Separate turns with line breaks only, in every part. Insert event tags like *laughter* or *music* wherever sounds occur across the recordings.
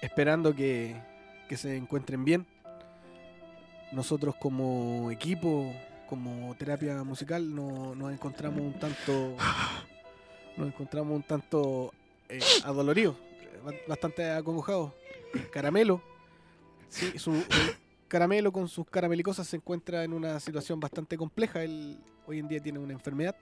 esperando que, que se encuentren bien. Nosotros como equipo, como terapia musical, no, nos encontramos un tanto. Nos encontramos un tanto eh, adoloridos, ba- bastante acongojados. Caramelo. Sí, su, el caramelo con sus caramelicosas se encuentra en una situación bastante compleja. Él hoy en día tiene una enfermedad.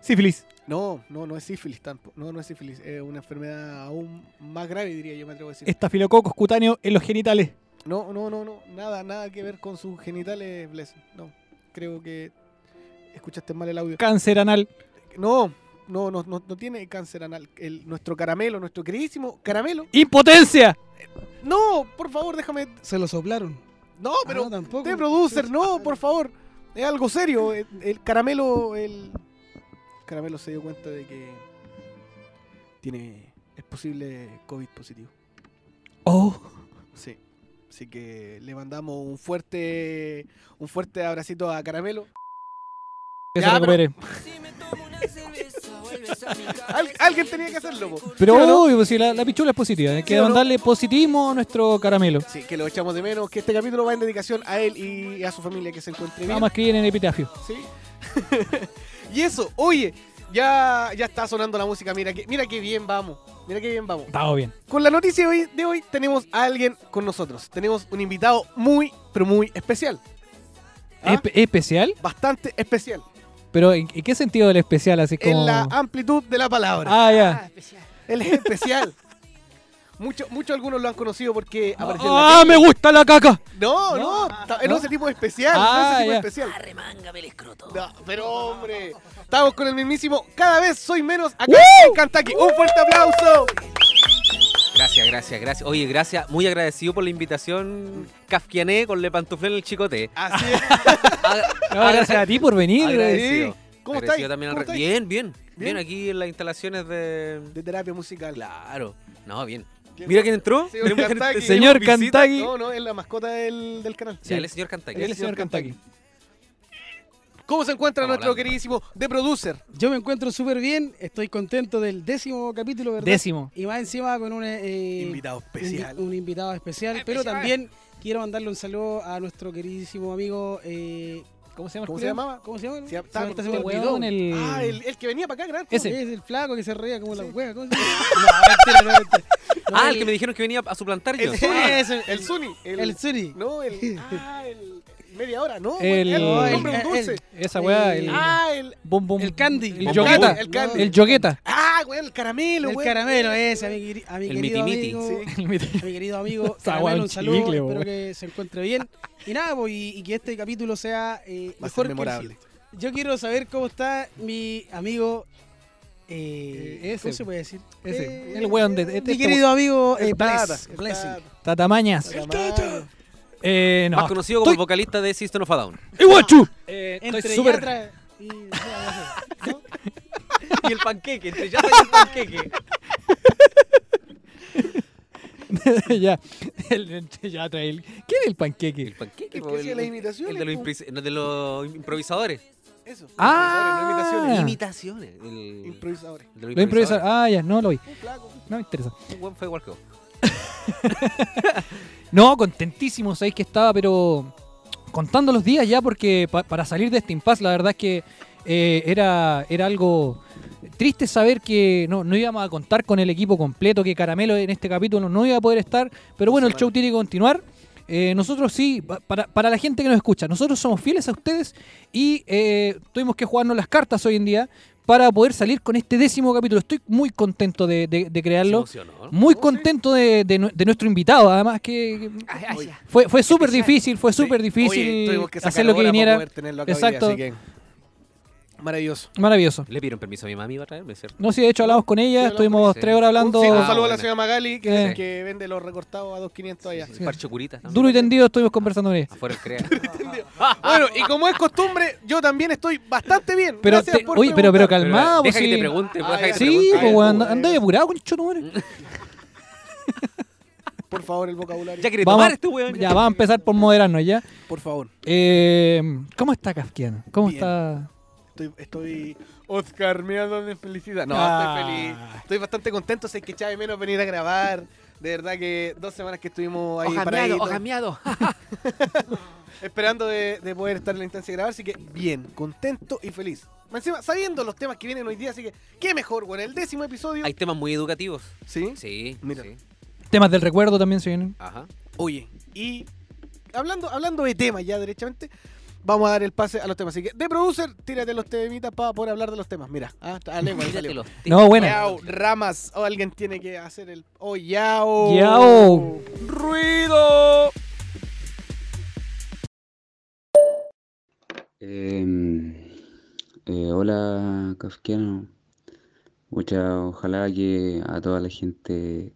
Sífilis.
No, no, no es sífilis tampoco. No, no es sífilis. Es una enfermedad aún más grave, diría yo, me atrevo a decir.
Estafilococos cutáneos en los genitales.
No, no, no, no. Nada, nada que ver con sus genitales, Bless. No. Creo que escuchaste mal el audio.
Cáncer anal.
No, no, no, no, no tiene cáncer anal. El, nuestro caramelo, nuestro queridísimo caramelo.
¡Impotencia!
No, por favor, déjame.
Se lo soplaron.
No, pero
Ah, tampoco.
usted, producer, no, por favor. Es algo serio. El, el caramelo, el caramelo se dio cuenta de que tiene es posible COVID positivo.
Oh,
Sí. Así que le mandamos un fuerte un fuerte abracito a Caramelo.
que
Ya,
se recupere.
Al- alguien tenía que hacerlo. po.
Pero
¿Sí o no?
obvio, pues, si la, la pichula es positiva. Hay
¿Sí
que
o no?
mandarle positivismo a nuestro caramelo.
Sí, que lo echamos de menos, que este capítulo va en dedicación a él y a su familia que se encuentre bien.
Vamos a escribir en el epitafio.
Sí. *laughs* y eso, oye, ya, ya está sonando la música, mira que, mira qué bien vamos. Mira qué bien vamos.
Estamos bien.
Con la noticia de hoy, de hoy tenemos a alguien con nosotros. Tenemos un invitado muy, pero muy especial. ¿Ah?
Espe- especial?
Bastante especial.
¿Pero en, en qué sentido del especial? Así como...
En la amplitud de la palabra.
Ah,
Ah,
ya.
especial.
Él es especial. *laughs* Muchos mucho algunos lo han conocido porque apareció en la
¡Ah,
tele.
me gusta la caca!
No, no,
No,
ta- no,
no.
ese tipo de especial, no
Ah,
ese tipo de
ya.
especial.
Arremángame el escroto.
No, pero hombre, estamos con el mismísimo Cada vez soy menos acá en Kentucky. Un fuerte aplauso.
Gracias, gracias, gracias. Oye, gracias, muy agradecido por la invitación. Kafkiané con le pantuflé en el chicote.
Así es.
No, gracias a ti por venir.
Agradecido.
¿Cómo
Agradecido
estáis?
también al
¿Cómo
re-
estáis?
Bien, bien, bien,
Bien.
aquí en las instalaciones de.
*laughs* De terapia musical.
Claro. No, bien.
¿Quién-
Mira quién entró.
Sí, un
Tenemos-
Kentucky.
tenemos
Señor
visita.
Kentucky.
No, no, es la mascota del, del canal.
Ya, él es señor Kentucky.
Él es señor Kentucky.
¿Cómo se encuentra
Estamos
nuestro
hablando.
queridísimo The Producer?
Yo me encuentro súper bien. Estoy contento del décimo capítulo, ¿verdad?
Décimo.
Y más encima con un, eh,
Invitado especial.
Un, un invitado especial, Pero
Especial.
también quiero mandarle un saludo a nuestro queridísimo amigo. eh, ¿Cómo se llama? el
¿Cómo se
culiao?
llamaba?
¿Cómo se llama?
Se-
Se-
estaba
ahorita
con
se me
Este
olvidó.
weón, el...
Ah, el, el que venía para acá, ¿verdad?
Ese.
Es el flaco que se reía como las huevas. ¿Cómo se
*laughs*
Ah, el que me dijeron que venía a suplantar yo. Ah,
El Zuni.
llama? Eso,
El Zuni. El,
El Suri.
No, el. Ah, el. Media hora, ¿no?
El-
el,
No, el-
nombre un dulce.
el-
Esa weá, el...
ah, el.
bom, bom,
el candy.
El
Bom,
yogueta.
bom.
El candy.
El yogueta.
Ah, güey, el caramelo,
El
güey.
caramelo ese, a mi, queri- a mi
El
querido
mitimiti.
amigo. A mi
*laughs*
querido amigo,
Esa
caramelo,
guay,
un saludo.
chicle,
espero
weón.
que se encuentre bien. Y nada, pues, y, y que este capítulo sea eh,
Va a ser
mejor que el
memorable.
siguiente. Yo quiero saber cómo está mi amigo. eh,
Eh, ese.
¿Cómo se puede decir?
Ese.
Eh,
El weón de... Este,
mi
este
querido amigo eh,
El
Bless,
Tata, el
Blessing.
Tata,
*laughs* Tatamañas.
el Tata.
Eh, no.
Más conocido como el
Estoy-
vocalista de System of a Down.
¡Iguachu! *laughs* Eh, estoy
Entre
súper...
Yatra y. o sea, no sé, ¿no?
Y el panqueque, entre ya y el panqueque.
ya. El, el- ya trae el- ¿Quién es el panqueque?
El panqueque,
El
po,
que hacía las
el
imitaciones,
de los,
po.
impris- no, de los improvisadores.
Eso.
Ah.
Improvisadores, no imitaciones.
Imitaciones. El,
Improvisadores.
de los
Lo improvisar. Ah, ya, no lo vi.
Un flaco.
No me interesa.
Un buen fue igual que vos.
No, contentísimo, sabéis que estaba, pero contando los días ya, porque pa- para salir de este impasse, la verdad es que eh, era, era algo triste saber que no, no íbamos a contar con el equipo completo, que Caramelo en este capítulo no iba a poder estar, pero bueno, el show tiene que continuar. Eh, nosotros sí, pa- para, para la gente que nos escucha, nosotros somos fieles a ustedes y eh, tuvimos que jugarnos las cartas hoy en día para poder salir con este décimo capítulo. Estoy muy contento de, de- de
Se
crearlo.
emocionó.
Muy contento de, de nu- de nuestro invitado, además que que
Ah,
Gracias.
fue, fue súper
Especial.
difícil, fue súper
Sí. Oye,
difícil
tuvimos sacar
hacer lo que
hora para
viniera.
poder tenerlo acá hoy
Exacto.
día, así que- Maravilloso.
Maravilloso.
Le pidieron permiso a mi mami para traerme, ¿cierto?
No, sí, de hecho hablamos con ella,
hablamos
estuvimos
con ella.
tres horas hablando
Sí, un
Ah,
saludo a la
buena.
señora Magali, que,
Sí.
que vende los recortados a 2.500 allá.
Un parche curita. también.
duro y tendido, estuvimos conversando con ella.
Afuera el CREA.
Ah, Bueno, y como es costumbre, yo también estoy bastante bien.
Pero,
Gracias
te-
por
oye, pero, pero
preguntar.
calmado,
Deja
pues,
que
sí.
te pregunte.
Ah,
deja que
ya.
te
Sí,
pregunta,
pregunte.
pues,
ya,
weón,
pues,
anda
eh.
depurado con madre.
Por favor, el vocabulario.
Ya quiere
Vamos-
tomar este weón.
Ya, vamos a empezar por moderarnos ya.
Por favor.
Eh, ¿Cómo está Kafkian? ¿Cómo
Bien.
está?
estoy, estoy oscarmeado de felicidad. No, estoy feliz.
Ah.
Estoy bastante contento, sé que echaba de menos venir a grabar. De verdad que dos semanas que estuvimos ahí
Ojameado,
paraditos,
pues. *laughs*
ojameado.
esperando de, de poder estar en la instancia de grabar, así que bien, contento y feliz. Más Encima, sabiendo los temas que vienen hoy día, así que qué mejor, bueno, el décimo episodio.
Hay temas muy educativos.
¿Sí?
Sí,
Mira.
sí.
Temas del recuerdo también se vienen.
Ajá.
Oye, y hablando, hablando de temas ya derechamente, vamos a dar el pase a los temas. Así que, de producer, tírate los temitas para poder hablar de los temas. Mira, ah, a lengua, ahí salió.
Míratelo.
No, bueno.
Yao, ramas. O alguien tiene que hacer el. ¡Oh, yao!
Yao.
¡Ruido!
Em, eh, hola, Kafkiano. Mucha, ojalá que a toda la gente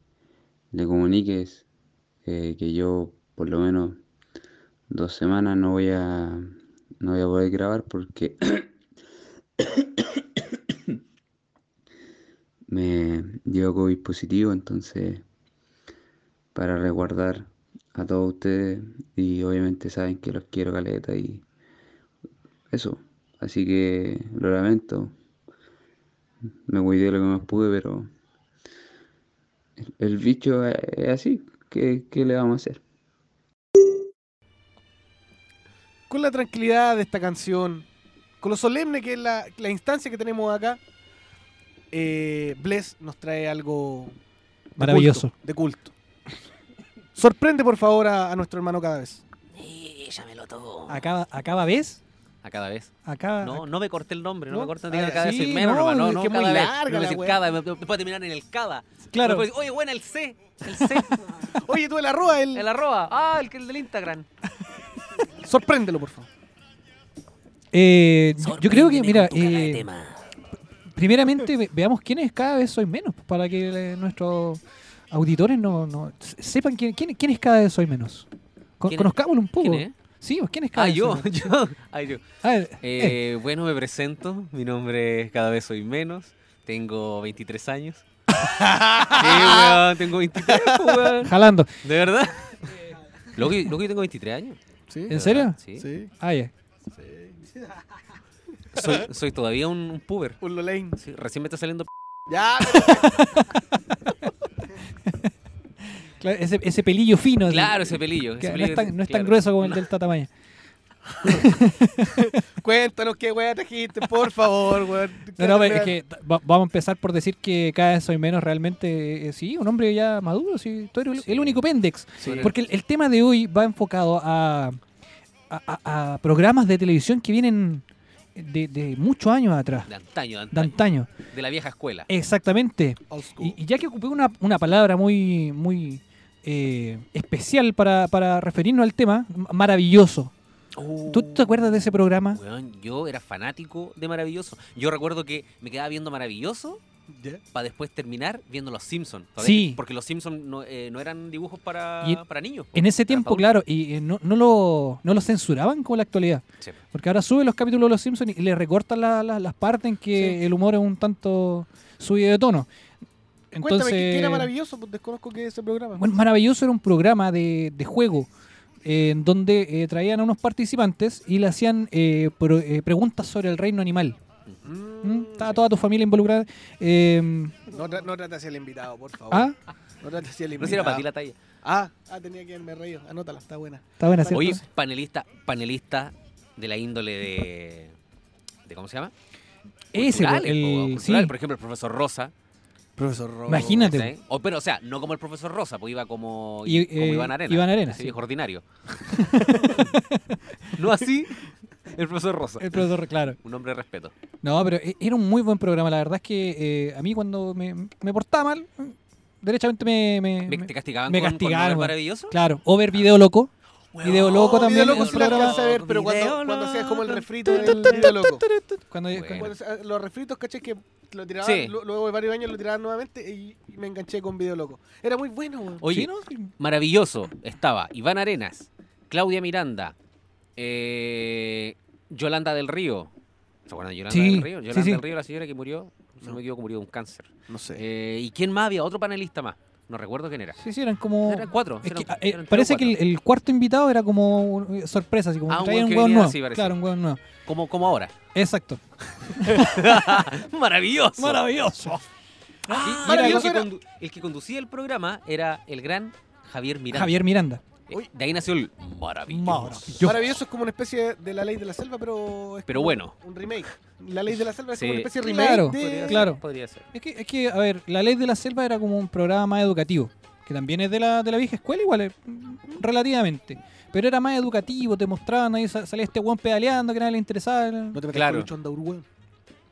le comuniques eh, que yo por lo menos dos semanas no voy a no voy a poder grabar porque *coughs* me dio COVID positivo, entonces para resguardar a todos ustedes y obviamente saben que los quiero caleta y eso. Así que lo lamento. Me cuidé lo que más pude, pero el, el bicho es es así. ¿Qué, ¿Qué le vamos a hacer?
Con la tranquilidad de esta canción, con lo solemne que es la, la instancia que tenemos acá, eh, Bless nos trae algo. de culto,
Maravilloso.
de culto. Sorprende, por favor, a, a nuestro hermano cada vez.
Ella me lo tocó.
Acaba, acaba vez,
A cada vez.
acaba.
No, no me corté el nombre, no,
¿No?
me corté,
Ah,
digan cada
Ah. sí,
vez, soy menos,
no,
nomás, no,
es
no,
que es muy
cada vez,
larga
no
la
decir
wea.
cada, me- me- puedo terminar en el cada.
claro.
Después, Oye, bueno, el C, el
*laughs*
C,
Oye, tú el arroba, el.
*laughs* el arroba, ah, el que el del Instagram.
Sorpréndelo, por favor.
Eh, yo- yo creo que, mira, eh, *laughs* primeramente ve- veamos quién es cada vez soy menos, pues, para que le- nuestros auditores no, no se- sepan quién, quién, quién es cada vez soy menos. Con-
¿Quién es?
Conozcámoslo un poco.
¿Quién es?
Sí, pues, ¿quién es cada
Ah,
vez soy
yo,
menos?
*laughs* yo, ah, yo.
A ver, eh,
Eh, Bueno, me presento, mi nombre es cada vez soy menos, tengo 23 años. sí, weón, tengo 23, weón.
jalando.
¿De verdad? Loco, yo- loco, yo tengo 23 años.
¿Sí?
de
¿En serio?
verdad, Sí.
Sí.
Ah, ya.
Soy, soy todavía un, un puber.
Un Lolain.
Sí, recién me está saliendo. p-
Ya, pero-
Claro, ese, ese pelillo fino. así,
Claro, ese pelillo.
Ah, que
ese
no es
pelillo
tan, no es tan
claro.
grueso como el del Tata
*laughs*
Maya.
cuéntanos qué weá trajiste, por favor, weón.
No, no, pero es que ta- va- vamos a empezar por decir que cada vez soy menos realmente. eh, sí, un hombre ya maduro, sí. Tú eres el-
Sí.
el único pendex.
Sí.
Porque el, el tema de hoy va enfocado a, a- a- a programas de televisión que vienen de, de muchos años atrás,
De antaño, de
de
antaño,
antaño.
de la vieja escuela.
Exactamente.
Old school.
Y, y ya que ocupé una, una palabra muy, muy eh, especial para, para referirnos al tema, m- maravilloso. Eh, ¿Tú te acuerdas de ese programa?
Weón, yo era fanático de Maravilloso. Yo recuerdo que me quedaba viendo Maravilloso
Ya.
para después terminar viendo Los Simpsons.
Sí.
Porque Los Simpsons no, eh, no eran dibujos para,
Y en-
para niños. po,
En ese
para
tiempo,
adultos.
claro, y eh, no, no lo, no lo censuraban como la actualidad.
Sí.
Porque ahora suben los capítulos de Los Simpsons y le recortan la- la- las partes en que el humor es un tanto subido de tono. Entonces,
Cuéntame, ¿qué, qué era maravilloso? Pues desconozco que ese programa.
Bueno, Maravilloso era un programa de, de juego eh, en donde eh, traían a unos participantes y le hacían eh, pro- eh, preguntas sobre el reino animal. ¿Mm?
Mm,
Estaba toda tu familia involucrada. eh,
no, tra- no trata hacia el invitado, por favor.
ah,
No trata hacia el
No
invitado.
sé si era para ti la talla.
Ah, ah, tenía que haberme reído. Anótala, está buena.
está buena, ¿cierto?
Oye, panelista, panelista de la índole de. de ¿Cómo se llama?
Ese, pues,
Culturales,
el-
po, weón,
sí,
culturales. Por ejemplo, el profesor Rosa.
Profesor Robo.
Imagina- Imagínate.
¿cachai? O, pero, o sea, no como el profesor Rosa, pues iba como,
Y,
como
eh,
Iván Arena.
Iván Arena,
ese
sí. *laughs*
viejo ordinario. no así el profesor Rosa.
el profesor, claro.
Un hombre de respeto.
No, pero e- era un muy buen programa. La verdad es que eh, a mí cuando me, me portaba mal, eh, derechamente me... me-
¿Me,
me-
¿Te castigaban
me
con, con
castigaban,
Manuel
weón.
maravilloso?
claro, o ver video loco. Video loco también.
Oh, Video loco
el
sí lo alcancé a
programa.
ver, pero cuando,
Video
cuando hacías como el
loco.
refrito del video loco.
Cuando-
Bueno.
cuando-
Cuando se- los refritos, caché que lo tiraban,
Sí.
lu- luego de varios años lo tiraban nuevamente y y me enganché con video loco. Era muy bueno, weón.
Oye,
Sí, ¿no?
maravilloso estaba Iván Arenas, Claudia Miranda, eh, Yolanda del Río. ¿Se acuerdan de Yolanda
Sí,
del Río?
sí,
Yolanda
sí.
del Río, la señora que murió, si no
No.
me equivoco, murió de un cáncer.
No sé.
Eh, ¿Y quién más había? Otro panelista más. No recuerdo quién era.
Sí, sí, eran como.
Eran cuatro.
Es
eran-
que, ah, eh,
eran tres o
parece que
cuatro.
el, el cuarto invitado era como un- eh, sorpresa, así como
Ah, un
traían
hueón
un
que
hueón
venía
nuevo.
así, parece.
claro, un hueón nuevo.
Como, como
*laughs*
ahora. *laughs*
Exacto.
Maravilloso.
Maravilloso. Ah,
Y- y era
maravilloso
el, que
era-
condu- el que conducía el programa era el gran Javier Miranda.
Javier Miranda.
Eh, De ahí nació el maravilloso.
Maravilloso.
Maravilloso es como una especie de la ley de la selva, pero es
Pero
como
bueno.
un remake. La ley de la selva es
Sí.
como una especie de remake.
Claro,
de-
Podría ser,
claro.
Podría ser.
Es que, es que, a ver, La Ley de la Selva era como un programa más educativo, que también es de la, de la vieja escuela, igual, eh, relativamente. Pero era más educativo, te mostraban ahí, sa- salía este hueón pedaleando que nadie le interesaba.
No te metas
Claro.
con Lucho Andaur, weón.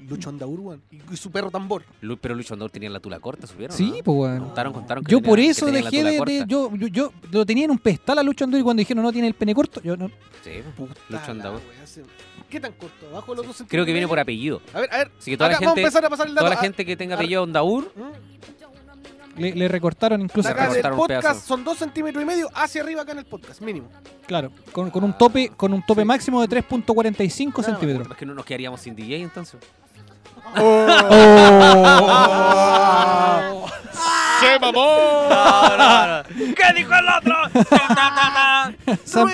Lucho Andaur, weón. Y, y su perro tambor.
Lu- pero Lucho Andor tenía la tula corta, ¿supieron?
Sí,
no?
pues weón.
Contaron, contaron. que
Yo
tenía-
por
que
eso
tenía la
dejé
tula
de,
corta.
de- yo, yo, yo lo tenía en un pedestal a Lucho Andor y cuando dijeron no tiene el pene corto, yo no.
Sí, pues.
Puta
Lucho
Ah, la
Andaur.
wea, se- ¿Qué tan corto? ¿Abajo de los dos centímetros?
Creo que viene por apellido.
A ver, a ver.
Así que toda
acá vamos
la
a
gente,
empezar a pasar el dato.
toda la
Ah,
gente que tenga
ah,
apellido Ondaur,
¿Mm?
Le, le recortaron incluso.
Acá
cortaron
del
un
podcast
pedazo.
son dos centímetros y medio hacia arriba acá en el podcast, mínimo.
Claro, con, con un tope, con un tope máximo de 3.45
Nada,
centímetros.
es que no nos quedaríamos sin DJ entonces.
¡Oh!
¡Se mamó!
¿Qué dijo el otro?
*laughs* se, han,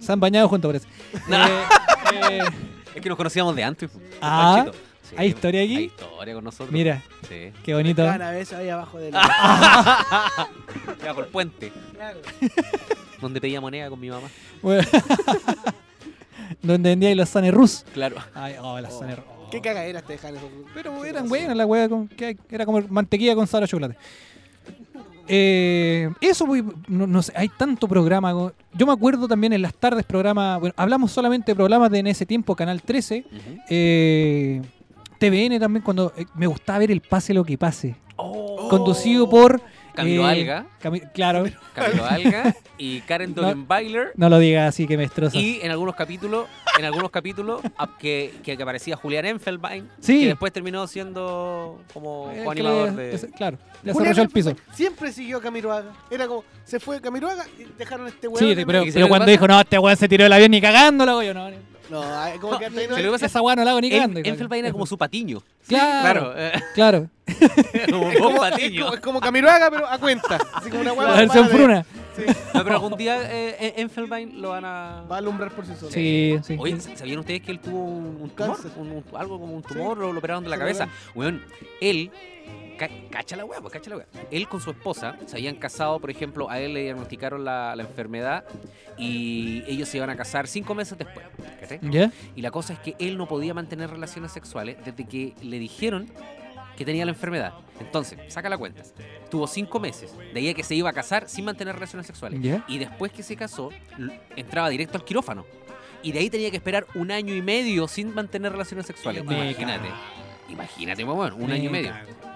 se han bañado juntos, parece. Eh, eh,
Es que nos conocíamos de antes. pues.
Ah,
Panchito. Sí,
¿hay historia aquí?
Hay historia con nosotros.
mira,
Sí.
qué bonito.
Cada vez ahí abajo del.
Ah.
Ya por el puente,
Claro.
donde pedía moneda con mi mamá.
Bueno. *laughs* Donde vendía ahí los Sane Rus.
Claro.
Ay, oh, las Sane Rus.
Qué cagadera
este
te dejan esos.
Pero eran buenas las weas, con, que era como mantequilla con sabor a chocolate. Eh, eso, pues, no, no sé, hay tanto programa. go- Yo me acuerdo también en las tardes programa, bueno, hablamos solamente de programas de en ese tiempo, Canal 13, eh, TVN también, cuando eh, me gustaba ver el pase lo que pase.
Oh,
Conducido por...
Camilo
eh,
Alga.
Cami- claro,
Camilo Alga y Karen
No.
Dogenbailer.
no lo digas así que me destroza. Eh,
Y en algunos capítulos, en algunos capítulos *laughs* a- que, que, que aparecía Julián Enfelbein,
Sí.
que después terminó siendo como
El que
animador
le-
de...
ese- claro, le
Julián
desarrolló el piso.
Siempre siguió a Camiroaga. Era como, se fue Camiroaga y dejaron a este weón.
Sí,
en-
pero,
¿Y se
pero
le
cuando
pasa?
dijo, no, este weón se tiró el avión ni cagando, lo hago yo, no. ni-
No, ay, como que hasta ahí no
Se
hay-
lo que pasa es
Esa weá no la hago ni
que
cagando.
En-
dijo.
Enfelbein era como su patiño.
Claro,
Claro. eh, *laughs*
claro.
como un
como-
patiño.
como- Es como Camiroaga, pero a cuenta. Así
*laughs*
como una
La
hueá
versión
para de-
fruna.
Sí,
No, pero algún día eh, en- Enfelbein lo van a...
va a alumbrar por sí solo.
Sí, sí.
Oye, ¿sabían ustedes que él tuvo un, un tumor?
Cáncer.
Un- un- algo como un tumor,
Sí.
lo, lo operaron de la
Se lo
cabeza. Weón, él. ca- Cacha la weá, pues cacha la weá. Él con su esposa se habían casado, por ejemplo, a él le diagnosticaron la, la enfermedad y ellos se iban a casar cinco meses después. ¿cachai?
¿Ya?
Y la cosa es que él no podía mantener relaciones sexuales desde que le dijeron que tenía la enfermedad. Entonces, saca la cuenta. Tuvo cinco meses, de ahí a que se iba a casar sin mantener relaciones sexuales.
¿Ya?
Y después que se casó, l- entraba directo al quirófano. Y de ahí tenía que esperar un año y medio sin mantener relaciones sexuales.
Me
Imagínate. Imagínate, mamón, un año y medio.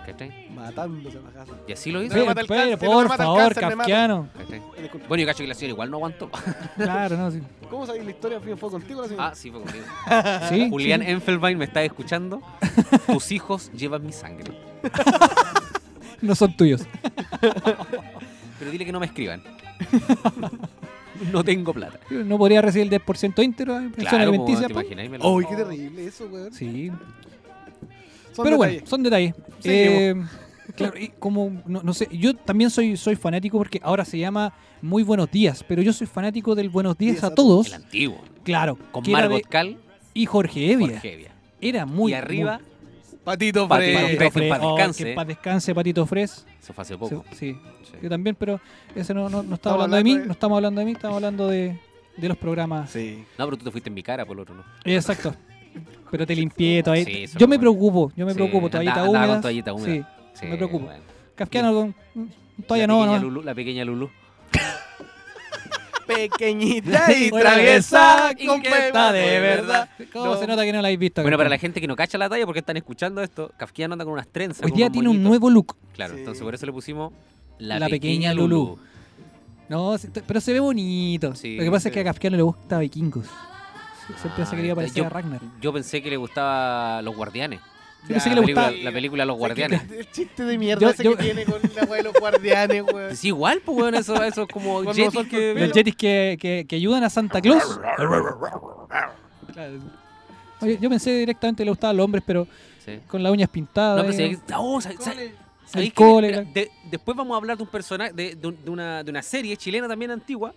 ¿Cachai?
Matándose a casa.
Y así lo hizo.
Pero,
mata el
pero,
cáncer, no me
por
mata el
favor,
cáncer, me mata.
kafkiano.
¿Cachai?
Eh, disculpa.
Bueno, yo cacho que la señora igual no aguantó. *laughs*
Claro, no, sí.
¿Cómo sabéis la historia? ¿Fue fue contigo la señora?
Ah, sí, fue conmigo.
*laughs*
Sí,
Julián
sí.
Enfelbein me está escuchando. Tus hijos llevan mi sangre.
eh.
No son tuyos.
Pero dile que no me escriban. *laughs* No tengo plata.
No podría recibir el 10% íntegro de pensión
Claro, po,
alimenticia. Oh,
te
po.
imagináis, me lo-
Uy, qué terrible eso, weón.
Sí.
Son
Pero bueno,
detalles.
son detalles.
Sí,
Eh, claro, y como, no, no sé, yo también soy, soy fanático porque ahora se llama Muy Buenos Días, pero yo soy fanático del Buenos Días
Días
a
a todos.
todos.
El antiguo.
Claro,
Con
que era
Margot
de-
Cal
y Jorge Evia.
Jorge Evia.
Era muy.
y arriba,
Patito,
Patito
Fred.
Patito
Fres, que
Fres.
en paz
Oh,
descanse.
que en paz descanse, Patito Fres.
eso fue hace poco.
Sí,
Sí.
Yo también, pero ese no, no,
Estamos
no estaba hablando de mí,
hablando de-
no estamos hablando de mí, estamos hablando de, de los programas.
Sí.
No, pero tú te fuiste en mi cara por lo otro, ¿no?
Exacto. Pero te limpié todavía.
Sí, eso
yo
es
me
bueno.
preocupo, yo me
Sí,
preocupo.
andaba-
Toallita
andaba con
húmeda.
toallita húmeda.
Sí.
Sí,
Me preocupo.
bueno.
Kafkiano con. mm, Toalla
la
no,
pequeña
no. *laughs*
Lulú- la pequeña Lulu.
*laughs*
*laughs*
Pequeñita y
Buena
traviesa,
vieja,
completa de verdad.
¿Cómo
No.
se nota que no la habéis visto?
Bueno,
Kafkiano?
para la gente que no cacha la talla porque están escuchando esto, Kafkian anda con unas trenzas.
Hoy
con
día
unos
tiene un
moñitos.
nuevo look.
Claro,
Sí.
entonces por eso le pusimos la,
La
pequeña,
pequeña
Lulu.
No, se- pero se ve bonito.
Sí,
Lo que pasa es
sí.
que a Kafkiano le gusta vikingos. Sie- Siempre
Ah,
pensé que le iba a parecer
yo-
a Ragnar.
Yo pensé que le gustaba Los Guardianes.
Yo pensé pues, que
La
le
película,
gustaba.
la película Los Guardianes.
*laughs*
El, chiste de mierda
Yo-
ese
yo-
que tiene
*laughs*
con la weá de los guardianes, weón.
Sí, igual, pues, weón, eso, eso es como
Cuando
Yeti
nosotros-
que...
Los jetis que, que, que ayudan a Santa Claus. Claro. Oye, yo pensé directamente que le gustaban los hombres, pero
Sí.
con las uñas pintadas.
No, pero
eh,
sí, oh, sa- sa- ¿sabes, ¿Sabéis
El
que
cole,
mira,
la-
de- después vamos a hablar de un personaje, de, de un- de una, de una serie chilena también antigua,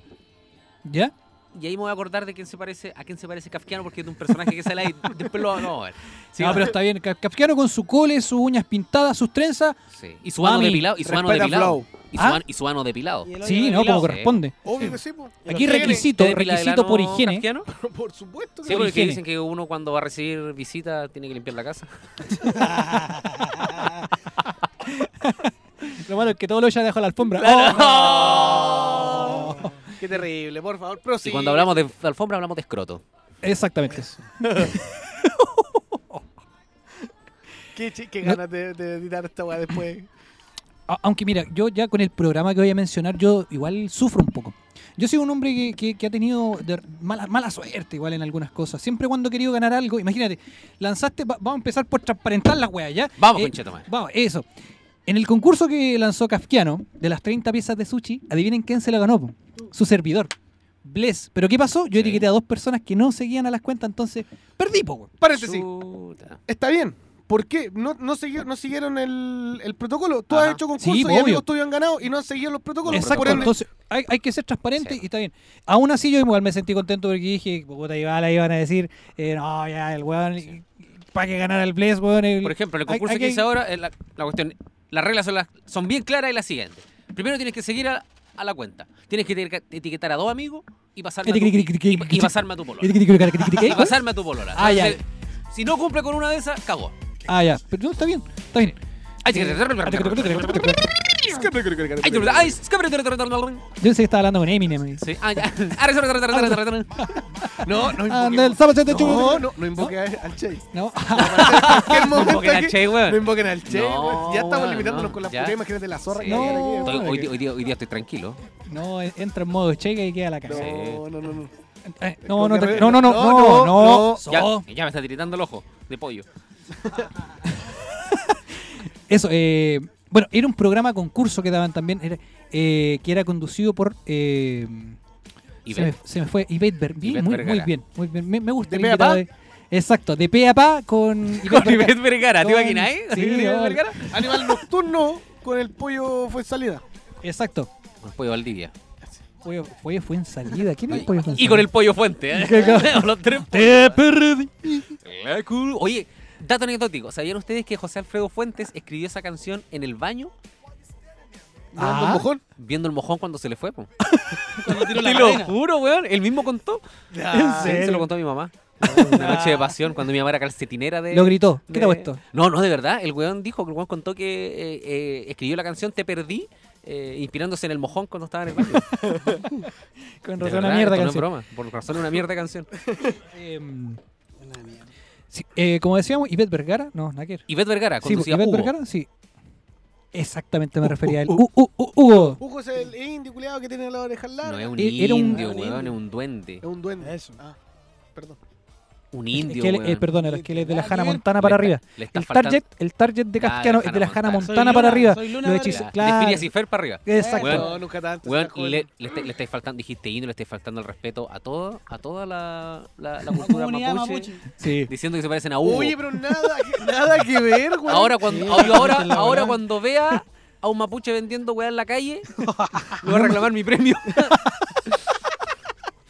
¿Ya?
y ahí me voy a acordar de quién se parece, a quién se parece Kafkiano, porque es de un personaje que
*laughs*
sale ahí. después lo vamos a ver. Sí,
no, Ah, pero está bien. Ka- Kafkiano con su cole, sus uñas pintadas, sus trenzas.
sí. Y su ano
Mami,
depilado. Y su ano
Respeta
depilado.
Flow.
Y su,
¿Ah?
ano- y su ano depilado.
Y el hoyo
Sí, ¿no?
depilado.
Como corresponde.
Obvio
Sí.
que sí, po.
Aquí
¿Lo tiene?
requisito,
¿Te depila el
requisito por
ano,
higiene.
Kafkiano?
*laughs* Por supuesto que
Sí,
Por
porque
higiene.
dicen que uno cuando va a recibir visita tiene que limpiar la casa.
Lo malo es que todo lo ya dejó la alfombra.
*laughs*
¡Oh!
Qué terrible, por favor.
Y
prosigue.
cuando hablamos de alfombra hablamos de escroto.
Oh. Exactamente eso.
Qué, chi- qué ganas de, de editar esta weá después.
A- Aunque mira, yo ya con el programa que voy a mencionar, yo igual sufro un poco. Yo soy un hombre que, que- que ha tenido de- mala, mala suerte igual en algunas cosas. Siempre cuando he querido ganar algo, imagínate, lanzaste, va- vamos a empezar por transparentar las weas, ¿ya?
Vamos,
Eh,
conchetumare.
Vamos, eso. En el concurso que lanzó Kafkiano, de las 30 piezas de sushi, adivinen quién se lo ganó, po. su servidor. Bless. ¿Pero qué pasó? Yo
Sí.
etiqueté a dos personas que no seguían a las cuentas, entonces perdí, po. weón.
Paréntesis.
Chuta.
Está bien. ¿Por qué? No, no, siguió- no siguieron el, el protocolo. Tú
Ajá.
has hecho
Sí,
concursos
po,
y
obvio.
amigos tuyos han ganado y no han seguido los protocolos.
Exacto,
Por ende,
entonces hay, hay que ser transparente
Sí.
y está bien. Aún así yo igual me sentí contento porque dije, puta, igual ahí van a decir, eh, no, ya, el weón, para que ganara el Bless, weón. el-
Por ejemplo, en el
Hay-
concurso
hay
que
que-
hice ahora, eh, la, la cuestión, las reglas son, las, son bien claras y las siguientes. Primero tienes que seguir a, a la cuenta. Tienes que etiqueta- etiquetar a dos amigos y pasarme, a tu, y, y pasarme a tu polola. Y pasarme a tu polola.
Ah, ya.
Entonces, Si no cumple con una de esas, cagó.
Ah, ya, pero no, está bien, está bien.
Ay, sí, ay, sí, ay, sí,
Yo sé que estaba hablando con Eminem. ahí.
sí, ay, ya. Arre, arre, arre, arre, arre, arre.
No, no
Anda el
invoquen.
sábado se te
No,
chupa.
no, no invoquen a- al *laughs* Che.
No.
En cualquier
No
momento
invoquen al
aquí-
Che, weón.
No invoquen al Che,
No,
weón. Ya estamos
weón,
limitándonos
no,
con la
ya.
pura imagen de la zorra
Sí.
que hay aquí,
No.
Estoy-
weón.
hoy, día- hoy día, hoy día estoy tranquilo.
No, entra en modo cheque y queda la cara.
No, no, no, no.
Eh, No, no, te- no, no, no, no, no.
no.
Ya,
So-
ya me está tiritando el ojo de pollo.
Eso, eh, bueno, era un programa concurso que daban también, era, eh, que era conducido por... eh,
Y
se, me, se me fue, Ivette Berg-
Ivette
muy,
Vergara.
muy bien, muy bien. Me, me gusta.
¿De
el
pe a
invitado
pa?
Exacto, de pe a pa
*laughs*
con Ivette
Con
Vergara.
Ivette Vergara, ¿te
Con-
imaginas, eh?
sí,
Ivette
no.
Vergara.
Animal nocturno con el pollo fue en salida.
Exacto.
Con el pollo Valdivia.
Pollo, Pollo fue en salida. ¿Quién es Pollo fue en
Y con el
salida?
pollo fuente, ¿eh?
*laughs* ¿Qué cosa?
*laughs* Los tres
Te perdí.
La cul- Oye, dato anecdótico. ¿Sabían ustedes que José Alfredo Fuentes escribió esa canción en el baño?
Dando
Ah.
un mojón.
Viendo el mojón cuando se le
*laughs*
fue, po.
Cuando tiro la
Te lo
cadena.
juro, weón. Él mismo contó.
¿En
Sí, se lo
serio?
contó a mi mamá. Una noche de pasión, cuando mi mamá era calcetinera de.
Lo gritó. ¿Qué te ha
de-
puesto?
No, no, de verdad. El weón dijo que el weón contó que eh, eh, escribió la canción Te Perdí, eh, inspirándose en el mojón cuando estaba en
*laughs*
el baño.
Con
De
razón
verdad,
una mierda canción.
esto No es broma. Por razón una mierda canción.
Em, sí, eh, como decíamos, Ivette Vergara, no, nada que ver.
Ivette Vergara,
Sí, pues,
conducía
Ivette
Hugo.
Vergara, sí. Exactamente me refería a él. Uh, uh, uh, Hugo.
Hugo es el indio culiado que tiene la oreja larga.
No es un
Era un-
indio,
Ah, un
weón,
indio.
es un duende.
Es un duende.
Eso.
Ah, perdón.
Un
*laughs* Es
indio,
que él- eh,
weón.
perdón, era que él es de la
Nada que
Hannah
ver.
Montana para
Le
arriba.
está- le está
El
faltando-
target, el target de
Ah,
Kafkiano
de
es de la
Hannah
Hannah
Montana.
Montana
Soy
para
Luna,
arriba.
soy Luna
Lo
Barrera.
hechizo,
Ya, De
claro.
Phineas y Fer para arriba.
Exacto.
Weón,
No, nunca tanto.
Weón,
está joven.
le, le está- le estáis faltando, dijiste indio, le estáis faltando el respeto a todo, a toda la, la, la cultura
Comunidad
mapuche,
mapuche.
Sí.
Diciendo que se parecen a Hugo.
Oye, pero nada, que- nada que ver, güey.
Oh. ahora cuando,
sí,
ahora, ahora,
la
ahora
verdad.
cuando vea a un mapuche vendiendo weá en la
*laughs*
calle, le voy a reclamar mi premio. *laughs*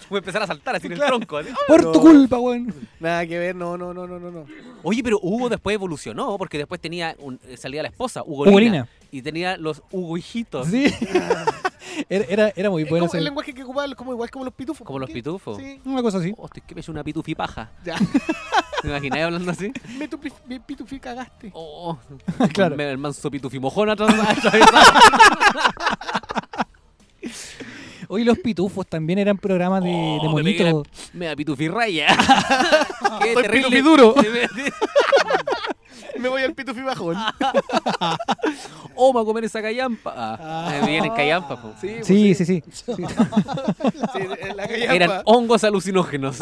voy a empezar a saltar así en el tronco. así.
Por tu
No.
culpa, weón.
Nada que ver, no, no, no, no, no, no.
Oye, pero Hugo después evolucionó, porque después tenía un- eh, salía la esposa, Ugolina.
Ugolina.
Y tenía los Hugo hijitos.
Sí. *laughs* era, era, era muy
Es
bueno.
como el
ese-
lenguaje que ocupaban como igual como los pitufos.
Como los
¿Qué?
pitufos.
Sí,
Una cosa así.
Hostia, Oh, que me hizo una pitufipaja.
ya.
*laughs* ¿Te imagináis hablando así?
Me, tupi, me pitufi cagaste.
Oh,
Claro.
me- El manso pitufimojón atra- atravesado.
Hoy los pitufos también eran programas de,
Oh,
de
me pegué la-
monitos.
Me da pitufirraya. *laughs* Qué
Soy
terrible. *laughs*
pitufiduro. Me voy al pitufi bajón.
*laughs* Ah. oh, me voy a comer esa callampa. Ah,
Ah.
me vienen callampa. po.
Sí, pues,
Sí, sí, sí. Sí.
sí, en la calle
Eran
Apa.
hongos alucinógenos.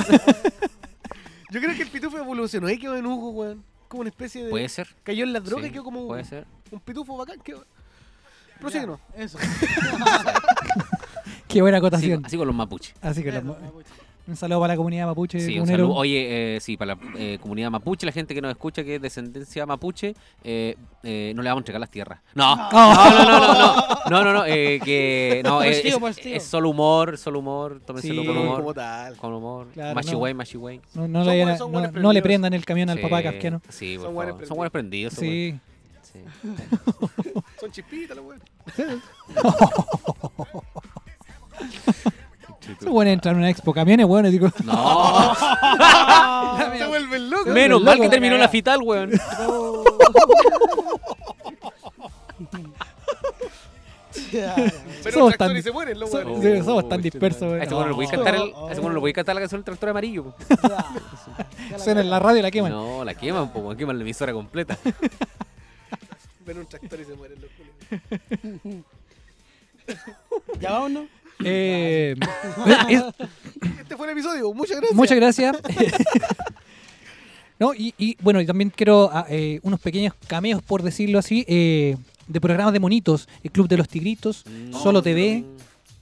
Yo creo que el pitufo evolucionó y quedó en Hugo, weón. Como una especie de.
Puede ser.
Cayó en las drogas
Sí,
y quedó como un,
Puede ser.
un pitufo bacán. Quedó... Prosíguenos.
Eso. *laughs*
Qué buena
Así,
acotación.
así con los mapuches.
Así que
Eso,
los-
mapuche.
Un saludo para la comunidad mapuche.
Sí, un
comunero.
saludo. Oye, eh, sí, para la eh, comunidad mapuche, la gente que nos escucha que es descendencia mapuche, eh, eh, no le vamos a entregar las tierras. No, no, no, no, no, no, no, no,
*laughs*
no, eh, que no, es,
Positivo,
es-
positivo.
es solo humor, solo humor, tómenselo
Sí.
con
Como,
humor,
tal.
con humor,
Claro,
machihuay, machihuay.
No, no
Son
le,
buenos- son
no-
buenos
no le
prendidos.
prendan el camión al
Sí,
papá Casquiano.
Sí, por
Son
favor.
buenos
son buenos prendidos. son
Sí.
buenos-
*laughs*
sí.
Son chispitas,
*laughs*
los weones.
Eso bueno entrar en una expo camiones, bueno, digo.
No,
*laughs*
Ah.
Se vuelven locos.
menos mal que
Loco,
terminó
cagá.
la fital, weón.
Pero
Somos
tractor
tan-
y se mueren los
so-
weones.
sí, somos tan dispersos,
A
weón.
este weón no le podéis
No.
cantar, el- a este weón no le podéis cantar la canción del tractor amarillo. po.
Suena en la radio y la queman.
No, la queman, po, weón, queman la emisora completa.
Ven un tractor y se mueren los culos.
¿Ya vámonos?
*laughs*
Eh, *laughs* es-
Este fue el episodio. Muchas gracias.
muchas gracias. *laughs* no, y, y, bueno, y también quiero ah, eh, unos pequeños cameos, por decirlo así, eh, de programas de monitos. El Club de los Tigritos, Solo TV,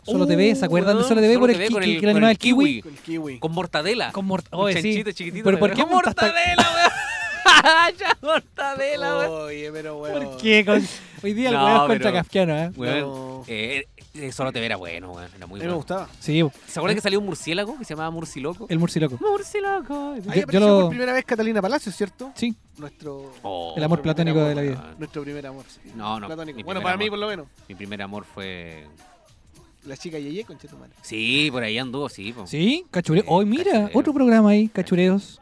Solo
Uh,
TV, ¿se acuerdan de
weón,
Solo TV? por el,
TV
ki-
con
ki-
el-
que le
con
animaba
el
el kiwi.
kiwi.
Con el kiwi.
Con mortadela.
Con mort-
Un
Oye, sí.
chanchito chiquitito.
Pero
la
¿por
verdad.
qué mortadela? *laughs*
weón! *laughs* ¡Ya
Oh,
mortadela, weón!
Oye, pero weón.
¿Por *laughs* qué? Con- Hoy día el
No,
weón es contra
pero-
Casquiano, ¿eh?
Weón, eh, eh, Solo TV era bueno, weón. Era
A
muy
mí me
bueno.
gustaba.
Sí,
¿Se acuerdan que salió un murciélago que se llamaba Murciloco?
el murciloco.
Murciloco.
Yo-
Ahí
yo
apareció
lo-
por primera vez Catalina Palacios, ¿cierto?
Sí.
Nuestro,
Oh,
El amor
mi primer
platónico de
amor,
la vida.
weón.
nuestro primer amor. sí.
No, no,
Platónico.
mi
Bueno,
primer
para
amor.
mí por lo menos.
Mi primer amor fue.
La chica Yeye con Chetumare.
Sí, por ahí anduvo, sí. po.
Sí, cachureo. Hoy mira,
Cachureo.
otro programa ahí, cachureos.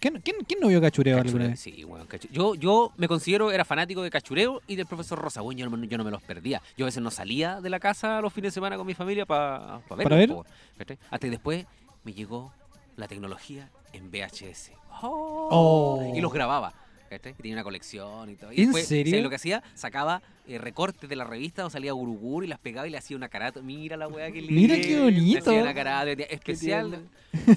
¿Quién, quién, quién no vio cachureo, alguna
Cachure-
vez?
Sí, weón, cachu- Yo, yo me considero, era fanático de Cachureo y del profesor Rosa, weón, yo, no, me- yo no me los perdía. Yo a veces no salía de la casa los fines de semana con mi familia para verlo.
¿Para ver?
po, ¿cachai? Hasta que después me llegó la tecnología en VHS.
Oh.
Y los grababa. ¿cachai? Y tenía una colección y todo. Y
¿En
después,
serio?
¿sabes lo que hacía? Sacaba eh, recortes de la revista o salía Guruguru y las pegaba y le hacía una carata. Mira la weá que
Mira
lindo.
qué
Le
bonito.
hacía una carata especial.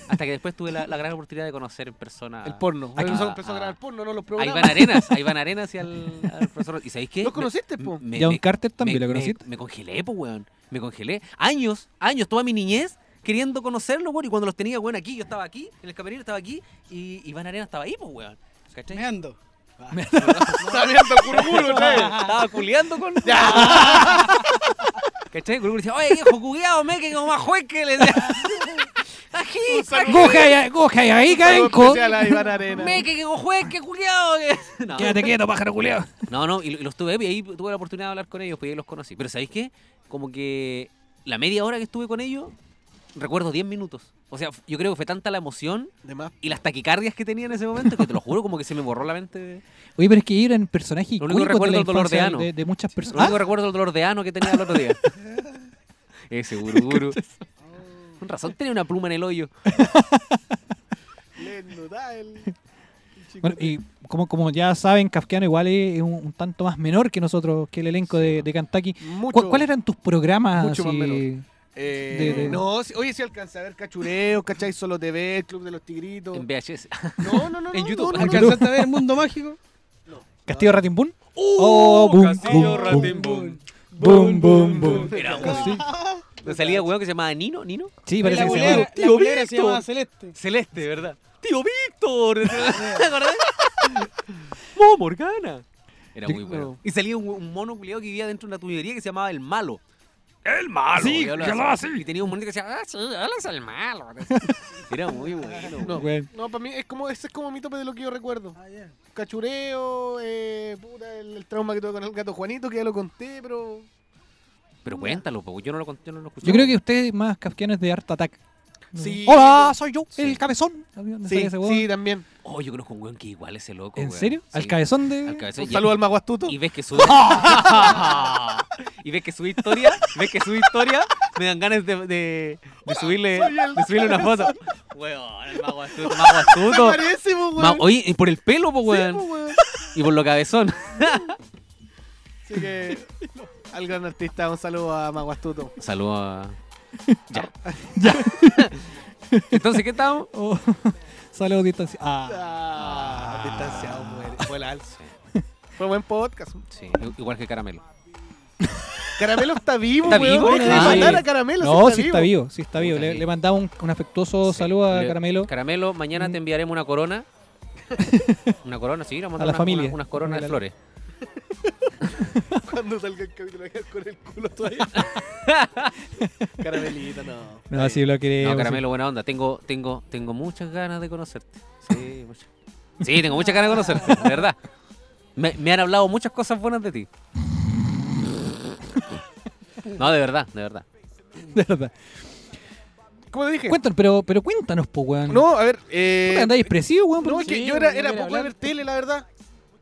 Hasta que después tuve la, la gran oportunidad de conocer en persona.
El porno.
Ah,
Ahí empezó,
ah,
empezó a
ah.
grabar porno, no los
A
programas.
Iván Arenas, a Iván Arenas y al, al profesor. ¿Y sabéis qué?
¿Los conociste,
Me-
po?
me-
John
me-
Carter también,
me-
¿lo
me-
conociste?
Me, congelé, pues, weón. Me congelé. Años, años, toda mi niñez queriendo conocerlo, weón. Y cuando los tenía, weón, aquí, yo estaba aquí, en el camerino estaba aquí, y Iván Arenas estaba ahí, pues, weón. ¿Cachai?
Me ando.
Estaba mirando el *laughs*
*laughs*
culo, ¿sabes?
Estaba culeando con. *laughs* ¿Cachai? El grupo decía, oye, viejo cugueado, me que como más juez
*laughs*
que le *laughs* decía. Ají,
¡Goja, goja, ahí, caenco!
Especial a Iván Arena.
*laughs*
me que como juez que culeado. que-". *laughs* No.
Quédate quieto, pájaro culeado.
No, no, y, lo- y los tuve y ahí tuve la oportunidad de hablar con ellos, pues ahí los conocí. Pero ¿sabéis qué? Como que la media hora que estuve con ellos, recuerdo 10 minutos. O sea, f- yo creo que fue tanta la emoción
De más.
y las taquicardias que tenía en ese momento que te lo juro, como que se me borró la mente.
Oye, pero es que era un personaje
Lo único
icónico de,
que recuerdo
la
es el dolor de
infancia
ano.
de, de muchas
Lo único
personas.
que recuerdo es el dolor de ano que tenía el otro día. Ese guruguru. Con razón tenía una pluma en el hoyo.
Le nudá el.
Bueno, y como, como ya saben, Kafkiano igual es un, un tanto más menor que nosotros, que el elenco de, de Kentucky.
Mucho.
¿Cuál- ¿Cuáles eran tus programas?
mucho más
así?
menor. Eh,
de- de-
No, si- oye, si alcancé a ver Cachureo, ¿cachai? Solo TV, el Club de los Tigritos.
En VHS.
No, no, no.
*laughs* en
no,
YouTube.
no, no.
¿Alcanzaste a ver el
*laughs*
mundo mágico?
¿Castillo Ratimbun?
Uh,
¡Oh! boom, boom, boom, boom, boom.
Era un-
Castillo-
Me salía weón que se llamaba Nino, Nino.
Sí,
La
parece que se llama.
bolera, la bolera se llamaba Celeste.
Celeste, ¿verdad? Tío *laughs* Víctor. ¿Te acordás? ¡Mo Morgana! Era
Yo-
muy bueno. Y salía un, un mono culiado que vivía dentro de una tubería que se llamaba El Malo. ¡El Malo! Sí, Y tenía un monito que decía, ¡Ah, sí, él es el *laughs* malo! Era muy bueno.
No,
*laughs* Bueno.
no para mí es como, ese es como mi tope de lo que yo recuerdo.
Ah, ya.
Cachureo, eh, puta, el, el trauma que tuve con el gato Juanito, que ya lo conté, pero.
Pero cuéntalo, porque yo no lo conté, yo no lo escuché.
Yo creo que usted es más kafkiano es de Art Attack.
Sí.
Hola, soy yo,
Sí.
el cabezón. ¿Dónde sale
Sí,
ese weón?
sí, también.
Oh, yo conozco un weón que igual ese loco.
¿En
Oh, weón.
serio?
Sí.
Al cabezón de.
Al cabezón.
Un
Y-
saludo al Maguastuto. *laughs*
y ves que sube *laughs* y ves que su historia ves que su historia me dan ganas de, de, de subirle de subirle una foto weón el mago astuto mago astuto
Parece, po,
Ma-
weón.
oye y por el pelo po,
Sí, po,
weón
weón.
y por lo cabezón
Así que al gran artista, un saludo a Maguastuto.
saludo a... ya
*laughs*
ya entonces qué estamos
Oh, saludos distancia. Ah,
Ah, distanciado, muere. Fue el alza. Fue buen podcast.
sí igual que caramelo
Caramelo está vivo,
¿Está
weón.
vivo?
Deja de
Ah,
matar
sí.
a Caramelo. si
No, sí está vivo, sí está vivo.
Puta,
Le,
sí.
le mandamos un, un afectuoso
Sí.
Oh, saludo a
Le-
Caramelo. Mm.
Caramelo, mañana te enviaremos
*laughs*
una corona. Una corona, sí, vamos
A la
a mandar una-
familia.
una- unas coronas de
Una-
flores.
Cuando salga el capítulo, va a quedar con el culo todavía. Caramelita, no.
No, sí lo queremos. sí.
No, Caramelo, buena onda. Tengo, tengo, tengo muchas ganas de conocerte. Sí, muchas. Sí, tengo muchas ganas de conocerte, de verdad. Me, me han hablado muchas cosas buenas de ti. No, de verdad, de verdad.
*laughs* De verdad.
¿Cómo te dije?
Cuéntanos, pero, pero cuéntanos, po, weón.
No, a ver. Eh,
Puta, andáis expresivo, weón.
No,
porque-
es que
Sí,
yo era,
no
era
quiere
poco de
hablar.
ver tele, la verdad.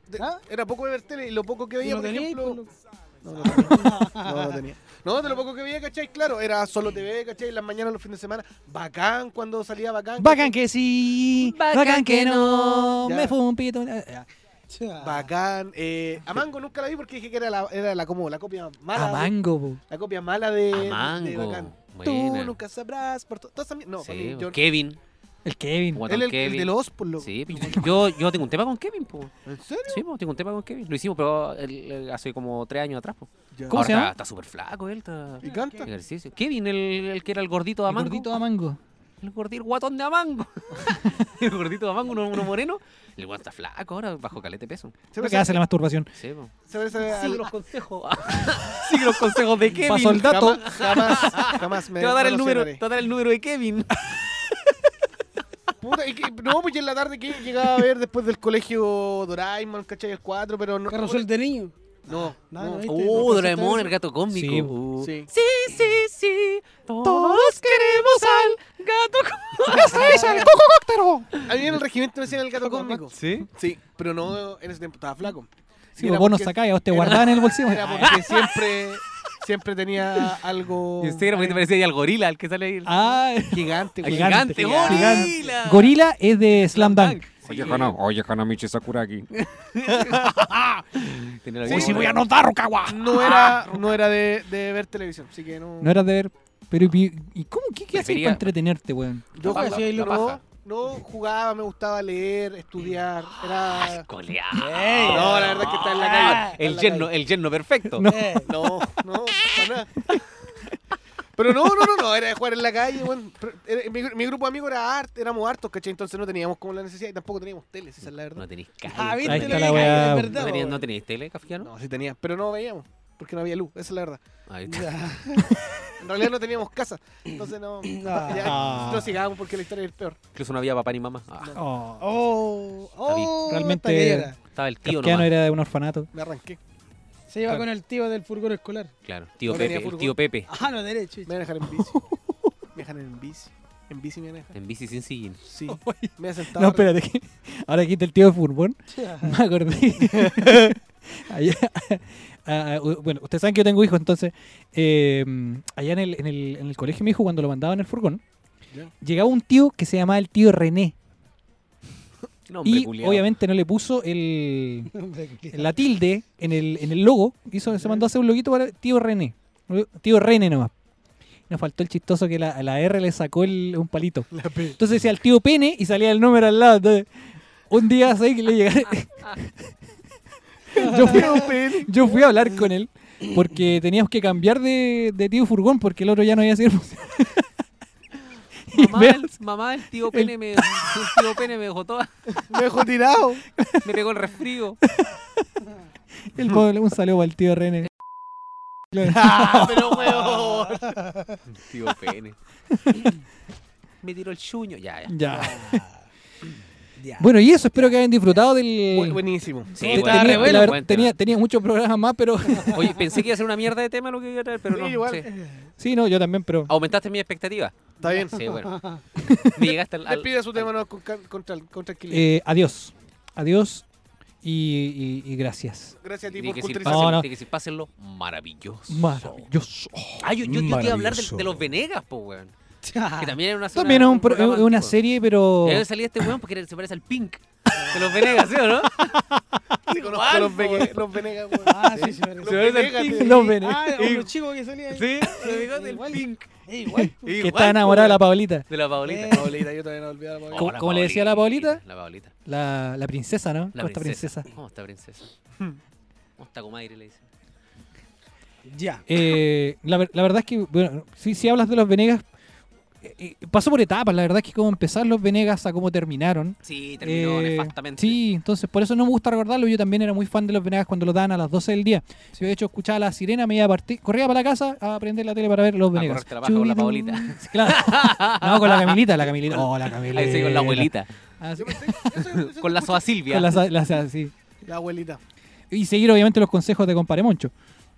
De-
¿Ah?
Era poco de ver tele y lo poco que veía,
no
por
tenía,
ejemplo.
pues,
No, no tenía. No, no
*laughs*
tenía. No, de lo poco que veía, ¿cachai? Claro, era solo TV, ¿cachai? Las mañanas, los fines de semana. Bacán cuando salía bacán.
Bacán que sí, bacán, que no,
Ya.
me fue un pito. Ah, ah.
Chá.
Bacán. Eh, a Mango nunca la vi porque dije que era la, era la, como, la copia mala.
A
de-
mango, po.
La copia mala de, de
Amango.
Bacán. Tú
Buena.
nunca sabrás por todo. No, para mí,
Sí, pues,
yo-
Kevin.
El Kevin.
What?
él el, el
Kevin.
de los por loco.
Sí, pues, yo, yo tengo un tema con Kevin, po.
¿En serio?
Sí, po, tengo un tema con Kevin. Lo hicimos, pero el- el- hace como tres años atrás, po.
Ya.
¿Cómo
Ahora
se llama?
está- Está súper flaco él, está...
¿Y canta?
Ejercicio. Kevin, el, el que era el gordito de
El
Amango.
gordito a mango.
El gordito, el guatón de Amango. *laughs* el gordito de Amango, uno, uno moreno. El guatón está flaco ahora, bajo calete peso.
Se
Lo
parece,
que hace la masturbación.
Sí, po.
se parece al-
Sigue los consejos. *laughs* Sigue los consejos de Kevin.
Pasó el dato.
Jamás, jamás,
*laughs*
jamás me
Te va a dar el
no lo
número,
cerraré.
te va a dar el número de Kevin.
Puta, y que- no, pues yo en la tarde que llegaba a ver después del colegio Doraemon, ¿cachai? El 4, pero no.
Carrusel de niño.
No,
No,
*laughs*
Ah, no,
no.
¿viste?
Oh,
¿No
Doraemon,
pensaste
el gato cómico.
Sí,
Uh.
sí.
sí, sí, sí. Todos queremos al gato *laughs* cómico. es el coco
A mí en el regimiento me decían el gato cósmico.
Sí.
Sí, pero no en ese tiempo estaba flaco.
Sí,
Y era
vos nos
porque-
sacáis, vos te
era-
guardabas en el bolsillo.
Era porque siempre, siempre tenía
*laughs*
algo.
Y usted era porque te parecía ahí al gorila, al que sale ahí.
Ah,
*laughs* Gigante, güey.
gigante,
gigante,
gorila.
Gorila es de Slam Dunk.
Oye,
Hana- oye, Hanamichi
*laughs*
Sakuragi.
Tenía la
Sí,
gorila.
sí, voy a
anotar, Rukawa.
No era, no era de, de ver televisión, así que no.
No eras de ver. Pero, ¿y y cómo? ¿Qué, qué haces
Prefería-
para entretenerte, weón?
Yo
La paja,
jugaba- no,
la *laughs* paja.
no jugaba, me gustaba leer, estudiar. Era.
Coleado.
No, la verdad es que está en la calle. Ah, está en
El
la
yerno, el yerno perfecto.
No.
Eh,
*laughs* No, no, para nada. Pero no, no, no, no, era de jugar en la calle, weón. Pero era- Mi, mi grupo de amigos era arte, éramos hartos, ¿cachai? Entonces no teníamos como la necesidad y tampoco teníamos teles, esa es la verdad.
No tenéis calle.
Ah, viste,
Ahí está
lo
la
que
weá,
cae, es
weón.
No
verdad,
tenéis, no
weón.
tenéis tele, Kafkiano.
No, sí teníamos, pero no veíamos, porque no había luz, esa es la verdad.
Ahí está.
*laughs* Ya.
En realidad no teníamos casa, entonces
*clears throat*
no,
Ah.
ya, no sigamos porque la historia es peor.
Incluso no había papá ni mamá. Ah,
Oh,
Oh, oh,
Realmente-
hasta que era.
Estaba el tío
Kafkiano
nomás.
era de un orfanato.
Me arranqué,
Se iba
Claro.
con el tío del furgón escolar.
Claro, tío
No
Pepe,
tenía
el
furgón.
tío Pepe.
Ah, no, derecho.
me van a dejar en bici.
*laughs*
Me dejan en bici, en bici me van a dejar.
En bici sin sillín.
Sí, me he sentado.
No, espérate. que- *laughs* Ahora quita el tío de Furbón.
*laughs* Ya.
*laughs* Me acordé.
*laughs*
Allá- *laughs* ah, ah, u- bueno, ustedes saben que yo tengo hijos, entonces eh, allá en el, en, el, en el colegio de mi hijo, cuando lo mandaba en el furgón,
Ya.
llegaba un tío que se llamaba el tío René.
No,
y
*laughs*
obviamente no le puso el,
Hombre, qué-
la tilde en el, en el logo. Hizo, se mandó a hacer un loguito para tío René. Tío René nomás. Nos faltó el chistoso que la, a la R le sacó el- un palito.
La P.
Entonces decía el tío Pene y salía el número al lado. Entonces, un día así que
*laughs*
le llegaron. yo, fui, yo fui a hablar con él porque teníamos que cambiar de, de tío furgón porque el otro ya no iba a ser posible. Y *laughs*
Mamá,
veo-
el, *laughs* mamá, el tío Pene me, el tío Pene me dejó toda,
Me dejó tirado.
me pegó el resfrío.
el pobre- un saludo al tío René.
Ah, pero weón. *laughs*
Tío Pene. me tiró el chuño. Ya, ya.
*laughs*
Ya.
Ya.
Bueno, y eso, espero que hayan disfrutado del.
eh,
Bu- Buenísimo.
Sí,
Tenía-
bueno,
tenía,
bueno,
la verdad,
buen tema.
tenía, tenía muchos programas más, *laughs* pero.
Oye, pensé que iba a ser una mierda de tema lo que iba a traer, pero
Sí,
no.
igual.
sí.
sí, no, yo también, pero.
Aumentaste mi expectativa.
Está bien. *laughs*
Sí, bueno. Me llegaste al. al-
Despide su tema no, con, cal- con, tran- con tranquilidad.
eh, adiós. Adiós y- y- y gracias.
Gracias a ti
Dije
por
que, si
culturizar.
pasen,
No, no.
dije que si pásenlo, maravilloso.
Maravilloso.
Ah, yo, yo, yo te iba a hablar del- de,
Maravilloso. Ah.
los Venegas, po, weón.
*laughs*
Que también era una
También es un pro- es una
serie
serie, pero.
Y ahí salía este weón porque era- se parece al Pink de los Venegas, ¿sí o *laughs* no?
Sí, conozco a los, Vege- los Venegas, weón.
Ah, sí, se parece.
Los
Se parece al
Venegas,
Pink.
sí.
Los Venegas.
Ah, o los chicos que salían. ahí.
Sí, se pegó del
Igual.
Pink.
Eh, *laughs* igual.
que está enamorada de la Paulita.
De la Paolita.
Eh.
Paulita, yo todavía no olvidé a la Paulita.
¿Cómo- cómo le decía la Paolita?
La Paolita.
La, la princesa, ¿no?
La
Con esta princesa.
Hmm. ¿Cómo está princesa? ¿Cómo está comadre? Le dice.
Ya.
Eh, la, ver- la verdad es que, bueno, si, si hablas de los Venegas, eh, eh, pasó por etapas. La verdad es que como empezar los Venegas a cómo terminaron.
Sí, terminó
eh,
nefastamente.
Sí, entonces por eso no me gusta recordarlo. Yo también era muy fan de los Venegas cuando lo daban a las 12 del día. Si de hecho escuchaba la sirena, me iba a partir, corría para la casa a prender la tele para ver los Venegas.
correr trabajo con la
Chubidú.
Paolita.
Sí, claro. No, con la Camilita, la Camilita. Oh, la Camilita.
*laughs* Ahí sí, con la abuelita.
Ah, sí.
Yo pensé- eso- eso
Con la
escucha-
soa Silvia.
Con la sa- la sa- sí.
La abuelita.
Y seguir obviamente los consejos de compadre Moncho.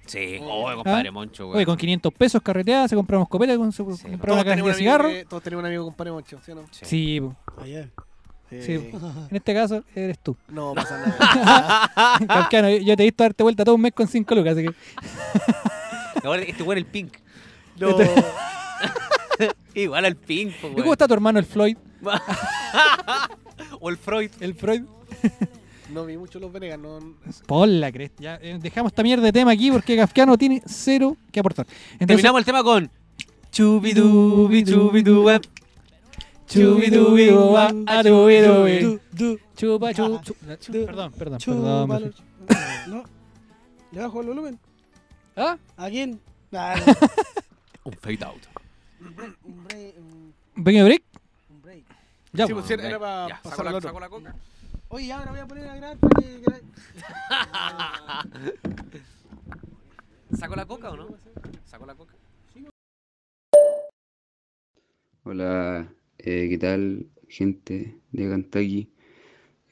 Sí. Oh, compadre
Ah.
Moncho,
Oye,
güey.
con 500 pesos carreteada, se compramos copete, con, se
Sí,
compraba
Todos tenemos,
una cajita
un
de
amigo
cigarro.
que- todos tenemos un amigo con compadre Moncho, ¿sí o no?
Sí, po.
Oye.
*laughs*
Sí. en este caso eres tú. *laughs*
No, pasa nada.
Caucano, yo- yo te he visto darte vuelta todo un mes con 5 lucas, así que
Ahora, este güey era el Pink.
No.
Igual al Pink, po,
¿Y
güey.
¿Cómo está tu hermano el Floyd?
O el Freud.
El Freud.
No vi mucho los Venegas, no.
Por la cresta. Ya, eh, dejamos esta mierda de tema aquí porque Kafkano tiene cero que aportar. Entonces,
Terminamos el tema con.
Chubidubi, chubidubi, chubidubi, arubidubi. Chupa, chu- chu-
chu-
Perdón, perdón, perdón. me
Chúpalo.
fui.
*laughs* No. ¿Le bajo el volumen?
¿Ah?
¿A quién? *laughs* Ah,
Un fade out.
un break, un-
¿Un pequeño break?
un break.
Ya,
Sí,
po.
pues, sí, era para
Ya,
pasar
saco
al
la,
otro.
saco la coca.
Oye, ahora voy a poner a grabar para que gra-
¿Saco la coca o no? ¿Saco la coca?
Hola, eh, ¿qué tal, gente de Kentucky?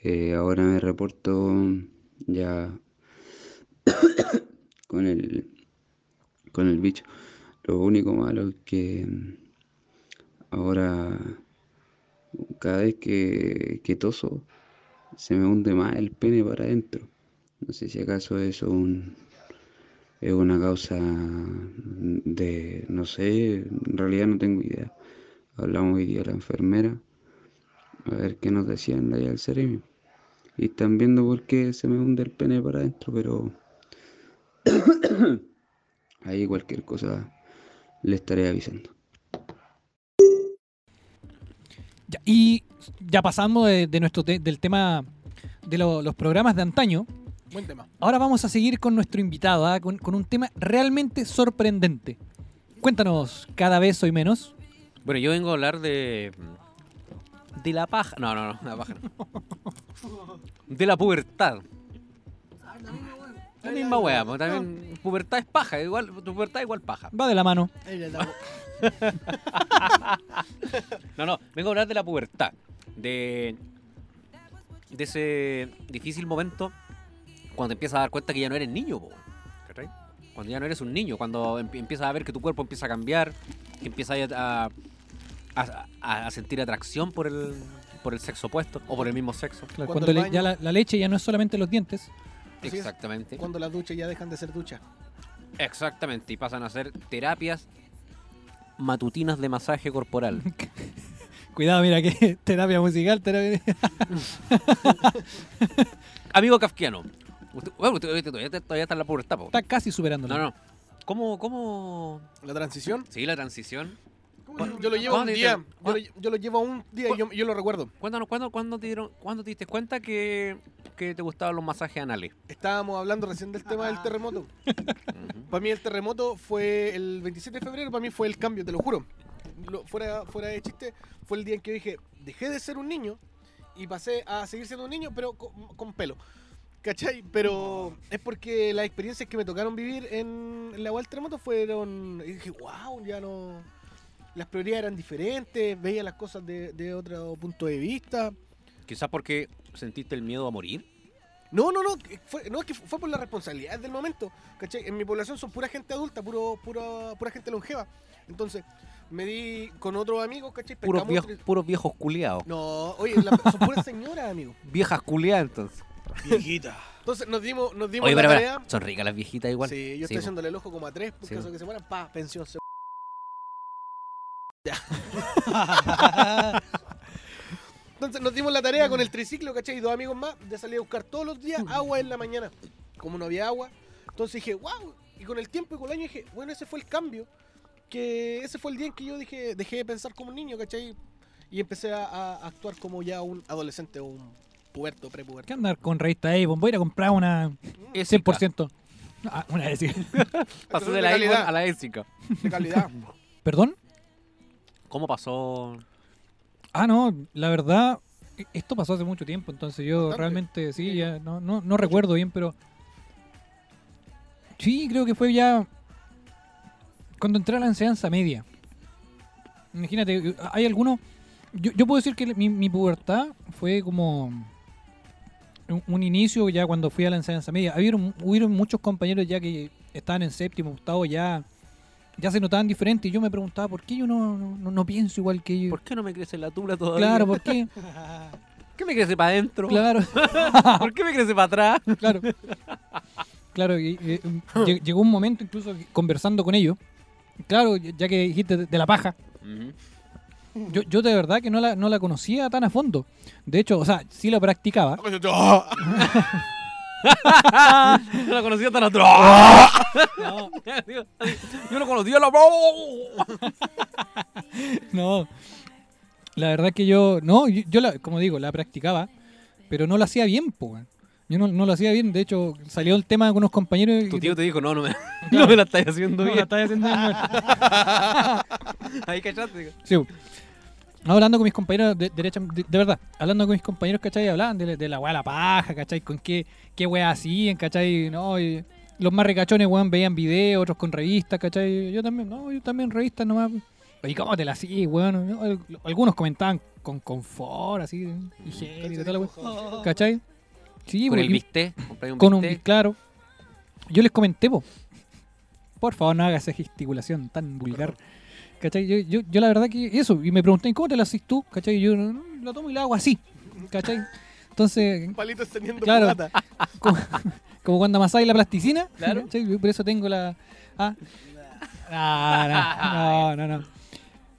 Eh, ahora me reporto ya *coughs* con el con el bicho. Lo único malo es que mm, ahora cada vez que, que toso se me hunde más el pene para adentro. No sé si acaso eso es un, es una causa de, no sé, en realidad no tengo idea. Hablamos hoy día a la enfermera, a ver qué nos decían de allá del Ceremio. Y están viendo por qué se me hunde el pene para adentro, pero *coughs* ahí cualquier cosa le estaré avisando.
Ya, y ya pasando de, de nuestro te- del tema de lo- los programas de antaño,
Buen tema.
ahora vamos a seguir con nuestro invitado, ¿ah? con, con un tema realmente sorprendente. Cuéntanos, cada vez soy menos.
Bueno, yo vengo a hablar de. De la paja. No, no, no, la paja no. De la pubertad.
Ah,
La misma weá, pues, también. Pubertad es paja, igual, tu pubertad es igual paja.
Va de la mano.
Ahí le damos.
No, no, vengo a hablar de la pubertad. De. De ese difícil momento cuando te empiezas a dar cuenta que ya no eres niño, po, ¿cachai? Cuando ya no eres un niño, cuando empie- empiezas a ver que tu cuerpo empieza a cambiar, que empiezas a, a, a- a sentir atracción por el, por el sexo opuesto o por el mismo sexo.
Claro,
Cuando
cuando
el
le-
baño-
ya la, la leche ya no es solamente los dientes.
Así es.
Exactamente.
Cuando las duchas ya dejan de ser duchas.
Exactamente, y pasan a hacer terapias matutinas de masaje corporal. *laughs*
Cuidado, mira que *laughs* terapia musical, terapia...
Amigo kafkiano, usted- bueno, usted- usted todavía, todavía está en la pubertad, po.
está casi superándolo.
No, no. ¿Cómo, cómo?
La transición.
Sí, la transición.
Yo lo llevo a un
¿Cuándo te-
día. Yo lo,
cuándo-
yo lo llevo a un día y yo, yo lo recuerdo.
Cuéntanos, ¿cuándo, cuándo te dieron, cuándo te diste cuenta que, que te gustaban los masajes anales?
Estábamos hablando recién del tema del terremoto. Para mí el terremoto fue el 27 de febrero, para mí fue el cambio, te lo juro. Lo- fuera, fuera de chiste, fue el día en que dije, dejé de ser un niño y pasé a seguir siendo un niño, pero con, con pelo. ¿Cachai? Pero es porque las experiencias que me tocaron vivir en, en la agua del terremoto fueron... Y dije, wow, ya no... Las prioridades eran diferentes, veía las cosas de, de otro punto de vista.
Quizás porque sentiste el miedo a morir.
No, no, no, que fue, no, es que fue por la responsabilidad del momento. ¿cachai? En mi población son pura gente adulta, puro, puro, pura gente longeva. Entonces, me di con otros amigos, ¿cachai?
Puros
Pescamos
viejos,
tres-
puros viejos culeados.
No, oye, la- son puras señoras, amigo.
Viejas culeadas, entonces.
Viejita.
Entonces nos dimos, nos dimos
Oye,
la
pero,
tarea.
pero, son ricas las viejitas igual.
Sí, yo
Sí,
estoy
po.
haciéndole el ojo como a tres, por
Sí,
caso
po.
que se mueran, pa, pensión se... *laughs* Entonces nos dimos la tarea con el triciclo, ¿cachai? Y dos amigos más de salir a buscar todos los días agua en la mañana. Como no había agua. Entonces dije, wow. Y con el tiempo y con el año dije, bueno, ese fue el cambio. Que ese fue el día en que yo dije, dejé de pensar como un niño, ¿cachai? Y empecé a, a actuar como ya un adolescente o un puberto, prepuberto.
¿Qué andar con revista Avon? Voy a ir a comprar una
Es
100%. Ah, una vez sí.
Pasó
es
de
de
la
calidad.
E1 a la E5.
De calidad.
¿Perdón?
¿Cómo pasó?
Ah, no, la verdad, e- esto pasó hace mucho tiempo, entonces yo
Bastante.
realmente, sí, ya no, no, no recuerdo bien, pero. Sí, creo que fue ya. Cuando entré a la enseñanza media. Imagínate, eh, hay algunos. Yo, yo puedo decir que mi, mi pubertad fue como. Un, un inicio ya cuando fui a la enseñanza media. Hubieron, hubieron muchos compañeros ya que estaban en séptimo, octavo, ya. Ya se notaban diferentes. Y yo me preguntaba, ¿por qué yo no, no, no pienso igual que ellos?
¿Por qué no me crece la tula todavía?
Claro, ¿por qué?
¿Por qué me crece para adentro?
Claro, *laughs*
¿Por qué me crece para *laughs* atrás?
claro. Claro, y, eh, lle- llegó un momento incluso que conversando con ellos. Claro, ya que dijiste de- de la paja. Yo, yo de verdad que no la, no la conocía tan a fondo. De hecho, o sea, sí la practicaba.
no la conocía tan *laughs* atrás. Digo, Yo no conocía la
*laughs*
¡Oh!
No. La verdad que yo, no, yo, yo la, como digo, la practicaba, pero no la hacía bien, po. weón. Yo no, no la hacía bien. De hecho, salió el tema con unos compañeros. y-
Tu tío te dijo, no, no me, *laughs* no me la estáis haciendo
No, la
bien.
estaba haciendo bien.
*laughs* Ahí cachaste.
Sí. po. No, hablando con mis compañeros, de, derecha, de, de verdad, hablando con mis compañeros, ¿cachai? Hablaban de, la- de la weá de la paja, ¿cachai? Con qué, qué weá hacían, ¿cachai? No, y los más recachones, weón, veían videos, otros con revistas, ¿cachai? Yo también, no, yo también revistas nomás. ¿Y cómo te la hacías, weón? No, al- algunos comentaban con confort, así, higiénico, y tal, weón. ¿Cachai? Sí,
Con
po,
el
y-
bistec, compráis un
con un
bistec.
claro. Yo les comenté, po. por favor, no haga esa gesticulación tan vulgar. ¿Cachai? Yo, yo, yo la verdad que eso, y me pregunté, ¿cómo te la haces tú? ¿Cachai? Y Yo "No, lo tomo y lo hago así. ¿Cachai? Entonces,
Palito teniendo
Claro.
plata.
como, como cuando amasáis la plasticina,
Claro.
¿cachai? Yo por eso tengo la... ah. No, no, no, no.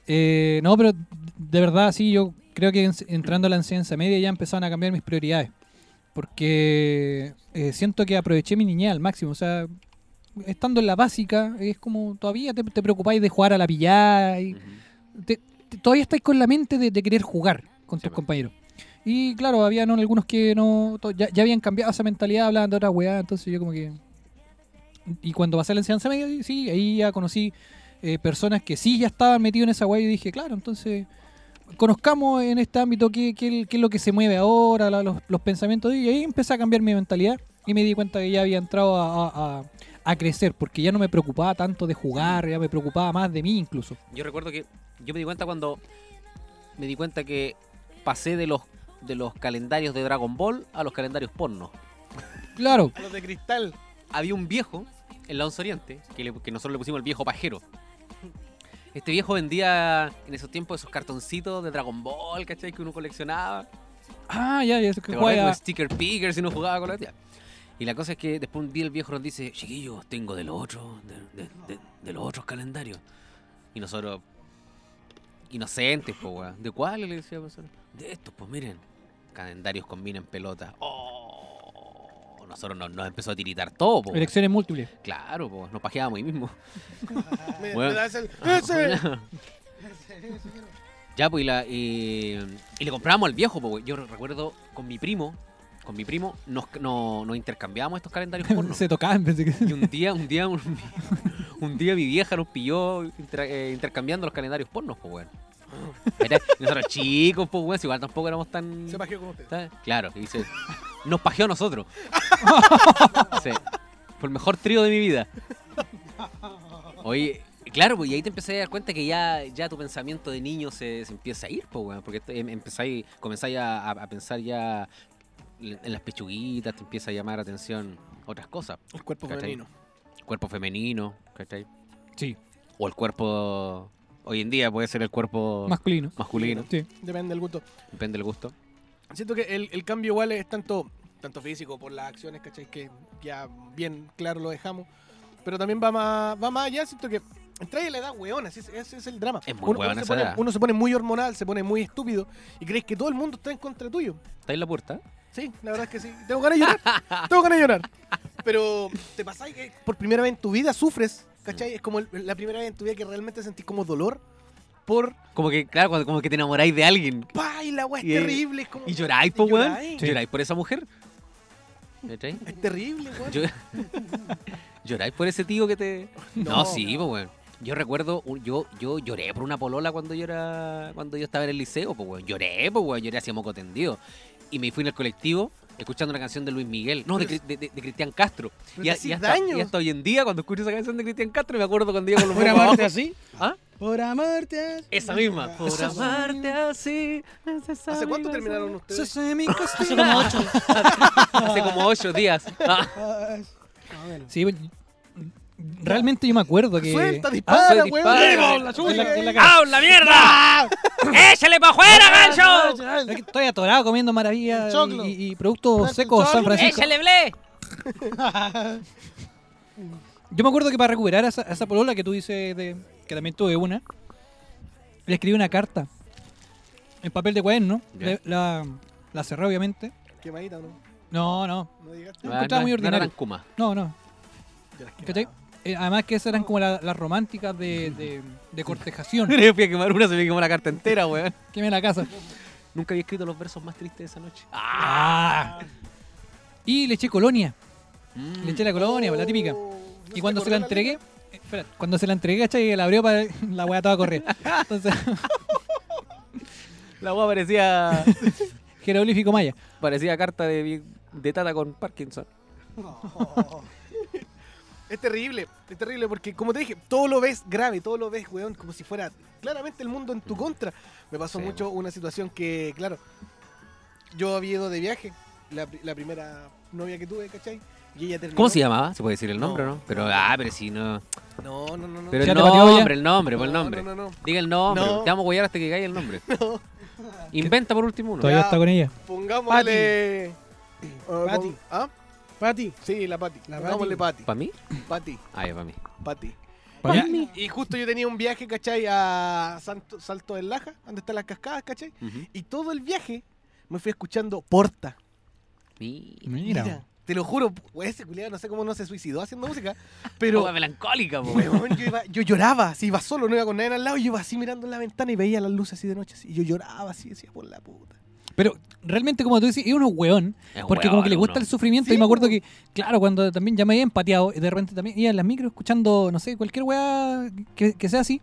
Eh, no, pero de verdad, sí, yo creo que en- entrando a la enseñanza media ya empezaron a cambiar mis prioridades. Porque eh, siento que aproveché mi niñez al máximo. O sea, estando en la básica, es como todavía te, te preocupáis de jugar a la pillada. y te- te- todavía estáis con la mente de, de querer jugar con tus
pues.
compañeros. Y claro, había ¿no? algunos que no to- ya, ya habían cambiado esa mentalidad, hablaban de otra weá. Entonces yo como que... Y cuando pasé la enseñanza media, sí, ahí ya conocí eh, personas que sí ya estaban metidos en esa weá y dije, claro, entonces conozcamos en este ámbito qué, qué- qué es lo que se mueve ahora, la- los, los pensamientos, y ahí empecé a cambiar mi mentalidad y me di cuenta que ya había entrado a, a- a- a crecer, porque ya no me preocupaba tanto de jugar, ya me preocupaba más de mí incluso.
Yo recuerdo que yo me di cuenta cuando me di cuenta que pasé de los de los calendarios de Dragon Ball a los calendarios porno.
Claro,
Los de cristal.
Había un viejo en la Once Oriente que, le- que nosotros le pusimos el viejo pajero. Este viejo vendía en esos tiempos esos cartoncitos de Dragon Ball, ¿cachai? Que uno coleccionaba.
ah, ya, ya, eso que
Te acordás
juega.
con Sticker Picker si no jugaba con la tía. Y la cosa es que después un día el viejo nos dice, chiquillos, tengo de los otros, de, de- de- de los otros calendarios. Y nosotros, inocentes, pues, weón. ¿De cuáles? Le decíamos nosotros. De estos, pues miren. Calendarios combinan pelota. Oh, nosotros nos, nos empezó a tiritar todo, pues.
Elecciones múltiples. *laughs*
Claro, pues, nos pajeábamos ahí mismo.
Me,
Bueno.
me
Ah,
das el. *laughs* ¡Ese!
Ya, pues, y, la, y, y le comprábamos al viejo, pues, güey. yo recuerdo con mi primo, con mi primo, nos, no- nos intercambiábamos estos calendarios
*laughs*
porno.
se tocaban, pensé que... *laughs*
Y un día, un día, un, un día mi vieja nos pilló inter- eh, intercambiando los calendarios pornos, pues, weón. Era- y Nosotros chicos, pues, weón, si igual tampoco éramos tan...
Se pajeó como usted.
tan- Claro, y se- nos pajeó a nosotros. Sí. Fue el mejor trío de mi vida. Oye, claro, pues, y ahí te empecé a dar cuenta que ya, ya tu pensamiento de niño se, se empieza a ir, pues, weón, porque te- em- empezáis, comenzáis a, a- a pensar ya en las pechuguitas, te empieza a llamar la atención otras cosas
El cuerpo
¿Cachai?
femenino.
cuerpo femenino, ¿cachai?
Sí,
O el cuerpo. Hoy en día puede ser el cuerpo
masculino.
masculino,
Sí,
Depende del gusto.
depende del gusto.
Siento que el, el cambio igual es tanto, tanto físico por las acciones, ¿cachai? Que ya bien claro lo dejamos. Pero también va más, va más allá, siento que entras en la edad weona, ese, es- ese es el drama.
Es muy hueona
se
esa
pone,
edad.
uno se pone muy hormonal, se pone muy estúpido y crees que todo el mundo está en contra tuyo.
¿Está en la puerta?
Sí, la verdad es que sí. Tengo ganas de
*laughs*
llorar. Tengo ganas de llorar. Pero te pasáis que por primera vez en tu vida sufres,
Mm.
¿cachai? Es como el- la primera vez en tu vida que realmente sentís como dolor por...
Como que, claro, cuando- como que te enamoráis de alguien.
¡Pah! Y la weá es
Y-
terrible. Es como,
Y lloráis, po, weón.
lloráis.
Lloráis por esa mujer. ¿Cachai?
Es terrible, weón.
Yo- *laughs* ¿Lloráis por ese tío que te.? No,
No.
sí, pues, weón. Yo recuerdo, un- yo, yo lloré por una polola cuando yo era, cuando yo estaba en el liceo, pues, weón. Lloré, pues, weón. Lloré hacia moco tendido. Y me fui en el colectivo escuchando una canción de Luis Miguel. No, de, Cri- de- de- de Cristian Castro.
Pero te
Y, a- y
hacís
hasta,
daño.
y hasta hoy en día, cuando escucho esa canción de Cristian Castro, me acuerdo cuando iba con los
¿Por
mocos
amarte
abajo.
así?
¿Ah?
Por amarte así.
Esa misma. Por
Esa-
amarte así.
¿Hace cuánto terminaron ustedes?
Hace
como
ocho.
*laughs*
Hace como ocho días. Ah,
Ah, es- ah, bueno.
Sí, pues, realmente yo me acuerdo que.
Suelta,
ah,
dispara,
soy
weón.
dispara.
Arriba,
En la-
chucha.
en la- en la cara.
¡Habla mierda! ¡Échale para afuera, gancho!
Es que Estoy atorado comiendo maravillas
Choclo.
y, y- y productos
Trae tu
secos San
choclo.
Francisco.
¡Échale ble!
Yo me acuerdo que para recuperar a esa, a esa polola que tú dices, de, que también tuve una, le escribí una carta en papel de cuaderno.
Ya.
Le- La, la cerré, obviamente.
Quemadita, ¿no?
No, no,
No llegaste.
Lo encontraba muy
Ah, No era tan
ordinario.
Kuma. *laughs*
no, no.
Ya las
¿Cachai? Eh, además que esas eran como la- las románticas de, de, de cortejación.
*laughs* Yo fui a quemar una, se me quemó la carta entera, weón.
Quemé la casa.
Nunca había escrito los versos más tristes de esa noche.
Ah. Y le eché colonia.
Mm.
Le eché la colonia, la típica.
Oh, ¿no
Y
se
cuando
te
se la
acordó
entregué,
letra?
eh, espera, cuando se la entregué, ¿cachai? La abrió para la weá toda correr. Entonces, *laughs*
La weá *laughs* parecía.
jeroglífico maya.
parecía carta de, de Tata con Parkinson.
Es terrible, es terrible porque como te dije, todo lo ves grave, todo lo ves, weón, como si fuera claramente el mundo en tu contra. Me pasó
Mm. Sí,
mucho una situación que, claro, yo había ido de viaje, la, pri- la primera novia que tuve, ¿cachai? Y ella terminó.
¿Cómo se llamaba? Se puede decir el nombre,
No.
¿no? Pero, ah, pero si no.
No, no, no, no.
Pero
¿Ya
el
te pateó
nombre,
ya?
el nombre, pues el
No,
nombre.
No, no, no.
Diga el nombre.
No.
Te vamos a guayar hasta que caiga
*laughs*
el nombre. Inventa por último uno.
Todavía está con ella.
Pongámosle. Eh,
Pati.
pon- ¿Ah?
Pati,
Sí, la Pati.
La
Pongámosle Pati.
¿Para mí?
Pati,
Ah, ya, para mí.
Pati.
Para mí-
Y justo yo tenía un viaje, ¿cachai? A Santo- Salto del Laja, donde están las cascadas, ¿cachai? Y todo el viaje me fui escuchando Porta.
Mi-
Mira.
te lo juro, pu- ese culiado no sé cómo no se suicidó haciendo
*laughs*
música, pero
Agua melancólica, po, weón.
*laughs* weón, yo, iba- yo lloraba, si iba solo, no iba con nadie al lado, yo iba así mirando en la ventana y veía las luces así de noche, así, y yo lloraba así, decía, por la puta.
Pero realmente, como tú dices, es uno weón.
Es
Porque
weón,
como que le gusta
uno.
el sufrimiento.
Sí,
y me acuerdo
po.
que, claro, cuando también ya me había empateado, y de repente también iba en las micro escuchando, no sé, cualquier weá que, que sea así.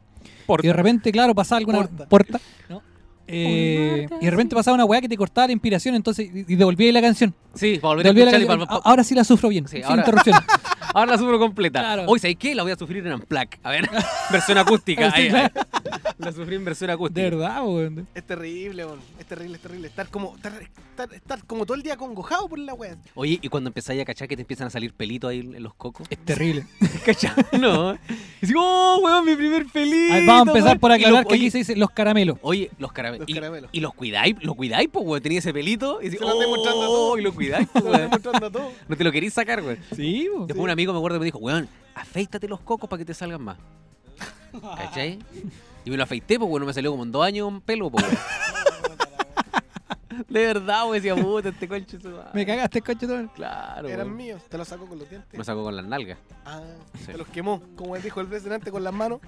Y de repente, claro, pasaba alguna
Porta.
puerta. ¿no? Eh, y de repente pasaba una weá que te cortaba la inspiración, entonces, y y devolvía ahí la canción.
Sí, para volver a
Devolvía la
escuchar y
canción.
para,
A- Ahora sí la sufro bien,
Sí,
sin
ahora- *laughs*
interrupción.
Ahora la sufro completa.
Claro.
Hoy, ¿sabes qué? La voy a sufrir en Unplugged. A ver, *laughs* versión *laughs* acústica.
Sí,
Ahí,
claro.
ahí. La sufrí en versión acústica.
De verdad, weón.
Es terrible, weón, es terrible, es terrible, estar como, estar, estar- estar como todo el día congojado por la *laughs* wea.
Oye, y cuando empezáis a cachar que te empiezan a salir pelitos ahí en los
*laughs*
cocos.
Es terrible.
¿Cachai? *laughs* No. Y así, oh, weón, mi primer pelito.
A ver, vamos a empezar
weón.
por
Y lo-
aclarar que
oye,
aquí se dice los caramelos.
Oye, los caramelos.
Los
y,
caramelos.
y los cuidáis, lo cuidáis, pues, weón. Tenía ese pelito. Y, así,
Se lo andáis
oh,
mostrando a todos.
y lo cuidáis,
Te
pues,
lo *laughs*
weón.
estoy mostrando todo.
No te lo queréis sacar, weón.
Sí,
Después un amigo me acuerdo que me dijo, weón, afeítate los cocos para que te
*laughs*
salgan más. ¿Cachai? Y me lo afeité, pues, weón, me salió como en dos años un pelo,
*laughs*
pues, weón. De verdad, weón, decía, puta, este conche su madre".
Me cagaste, coche. todo.
Claro,
Eran
weón.
míos, te los sacó con los dientes.
Me sacó con las nalgas.
Ah,
Sí.
te los quemó, como él dijo el presidente con las manos.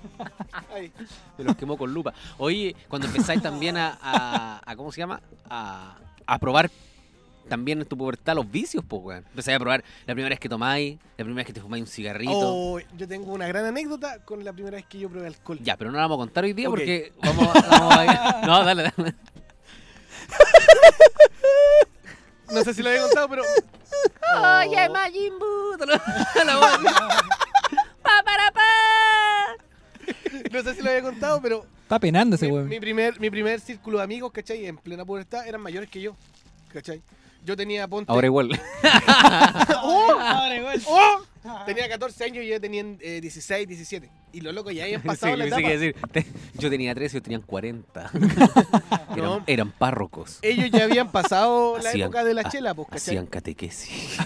Ahí.
Me los quemó con lupa. Oye, cuando empezáis también a, a- a- ¿Cómo se llama? A, a probar también en tu pubertad los vicios, pues, weón. Empezáis a probar la primera vez que tomáis, la primera vez que te fumáis un cigarrito.
Oh, yo tengo una gran anécdota con la primera vez que yo probé alcohol.
Ya, pero no la vamos a contar hoy día
Ok.
porque vamos, a- vamos a ir- No, dale,
*laughs*
dale.
No sé si lo había contado, pero
Oye, Majin Buu. Te
*laughs*
lo- la voy a- Pa, para, pa.
Oh, no sé si lo había contado, pero
Está penando ese
mi,
weón.
mi primer, mi primer círculo de amigos, ¿cachai? En plena pubertad eran mayores que yo, ¿cachai? Yo tenía, ponte,
Ahora igual.
¡Oh!
Ahora igual.
tenía 14 años y ellos tenían eh, 16, 17. Y los locos ya habían pasado
*laughs* Sí,
la
pensé que
etapa.
iba a decir, te- yo tenía 13, ellos
*laughs*
tenían 40.
No.
Eran, eran párrocos.
Ellos ya habían
*laughs*
pasado la
Hacían-
época de la
ha-
chela, pues, ¿cachai?
Hacían catequesis.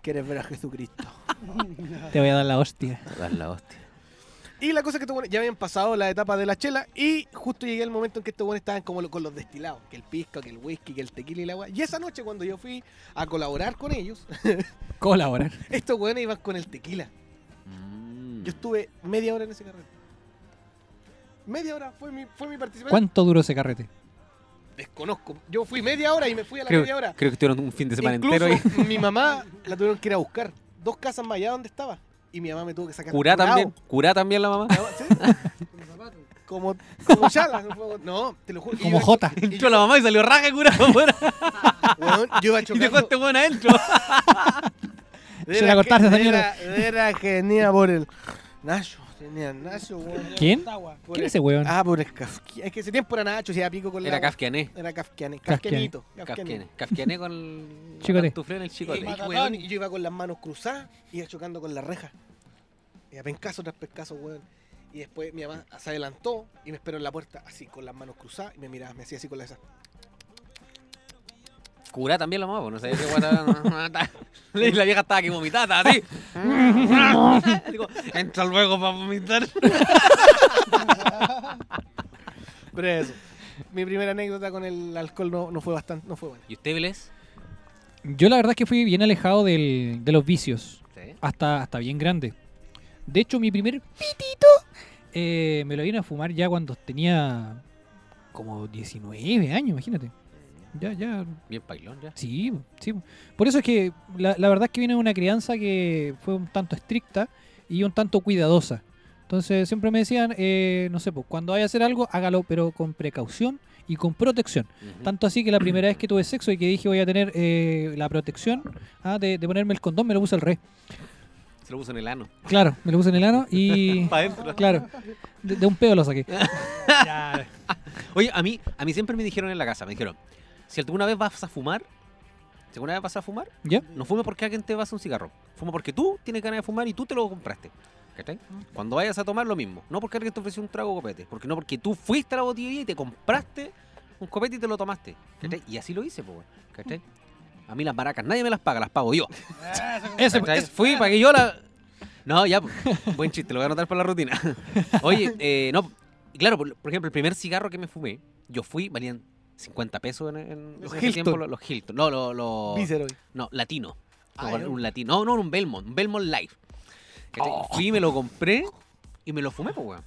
Quieres ver a Jesucristo.
Te voy a dar la hostia.
A dar la hostia.
Y la cosa es que estos buenos ya habían pasado la etapa de la chela y justo llegué al momento en que estos buenos estaban como lo- con los destilados, que el pisco, que el whisky, que el tequila y la agua. Y esa noche cuando yo fui a colaborar con ellos, *laughs*
Colaborar.
estos buenos iban con el tequila.
Mm.
Yo estuve media hora en ese carrete. Media hora fue mi, fue mi participación.
¿Cuánto duró ese carrete?
Desconozco. Yo fui media hora y me fui a la
Creo,
media hora.
creo que estuvieron un fin de
*laughs*
semana
Incluso
entero ahí.
mi mamá la tuvieron que ir a buscar.
dos casas más allá donde estaba.
Y mi mamá me tuvo que sacar.
¿Curá
curado.
también? ¿Curá también la *laughs* mamá?
Mi mamá, ¿sí? como, como Chala. no puedo- No, te lo juro. Y
Como
yo- *laughs*
Jota.
Entró la mamá y salió raja *laughs* curado afuera.
weón, yo
*laughs*
iba
Y dejó a
chocando.
este weón adentro.
Se la cortaste, Daniel.
Era genial por el. Nacho, tenía Nacho, weón.
¿Quién?
Agua.
Por
¿Quién
el-
es ese weón?
Ah, por el Kafki. Es que ese tiempo era Nacho, se iba a pico con la.
Era Kafkiané.
Era Kafkiane.
Kafkiane.
Kafkianito.
Kafkiané.
Kafkiane.
*laughs* Kafkiané con el
Chicote.
pantufleo en el
Y,
*laughs* chicote.
y, weón, y yo iba con las manos cruzadas, iba chocando con la reja. Y a pencazo tras pencazo, weón. Y después mi mamá se adelantó y me esperó en la puerta, así con las manos cruzadas, y me miraba, me hacía así con la esa.
Curá también la mamá, pues, no sabía qué *laughs* guata. La vieja estaba aquí vomitada, estaba así. *laughs* Digo, entra luego para vomitar.
Pero eso. Mi primera anécdota con el alcohol no, no fue bastante, no fue buena.
*laughs* ¿Y usted, Bless?
Yo la verdad es que fui bien alejado del- de los vicios.
Sí.
hasta, hasta bien grande. De hecho, mi primer pitito eh, me lo vino a fumar ya cuando tenía como 19 años, imagínate. Ya, ya,
Bien pailón ya.
sí, sí. Por eso es que la, la verdad es que viene de una crianza que fue un tanto estricta y un tanto cuidadosa. Entonces siempre me decían, eh, no sé, pues cuando vaya a hacer algo, hágalo, pero con precaución y con protección.
Ujú.
Tanto así que la primera vez que tuve sexo y que dije voy a tener eh, la protección ah, de, de ponerme el condón, me lo puse al rey.
Se lo puso en el ano.
Claro, me lo puse en el ano y.
*laughs* Pa' dentro.
Claro, de, de un pedo lo saqué.
Oye, a mí, a mí siempre me dijeron en la casa, me dijeron, si alguna vez vas a fumar, si alguna vez vas a fumar,
¿Ya?
no fume porque alguien te va a hacer un cigarro. Fuma porque tú tienes ganas de fumar y tú te lo compraste. ¿Cachai?
Mm.
Cuando vayas a tomar lo mismo. No porque alguien te ofreció un trago de copete. Porque no porque tú fuiste a la botillería y te compraste un copete y te lo tomaste. ¿Cachai?
Mm.
Y así lo hice, pues, weón, ¿cachai? A mí las maracas nadie me las paga, las pago
*laughs*
yo.
Ese,
¿Cachai? Fui para que yo la. No, ya, pues, buen chiste, lo voy a anotar para la rutina. *laughs* Oye, eh, no, y claro, por, por ejemplo, el primer cigarro que me fumé, yo fui, valían 50 pesos en, en-
Los
en ese
Hilton.
tiempo, los, los Hilton. No, los. los-
Vícero. hoy.
no, latino.
Ah,
No,
ya.
un latino. No, no, un Belmont, un Belmont Live. ¿Cachai?
Oh.
Fui, me lo compré y me lo fumé, pues, weón.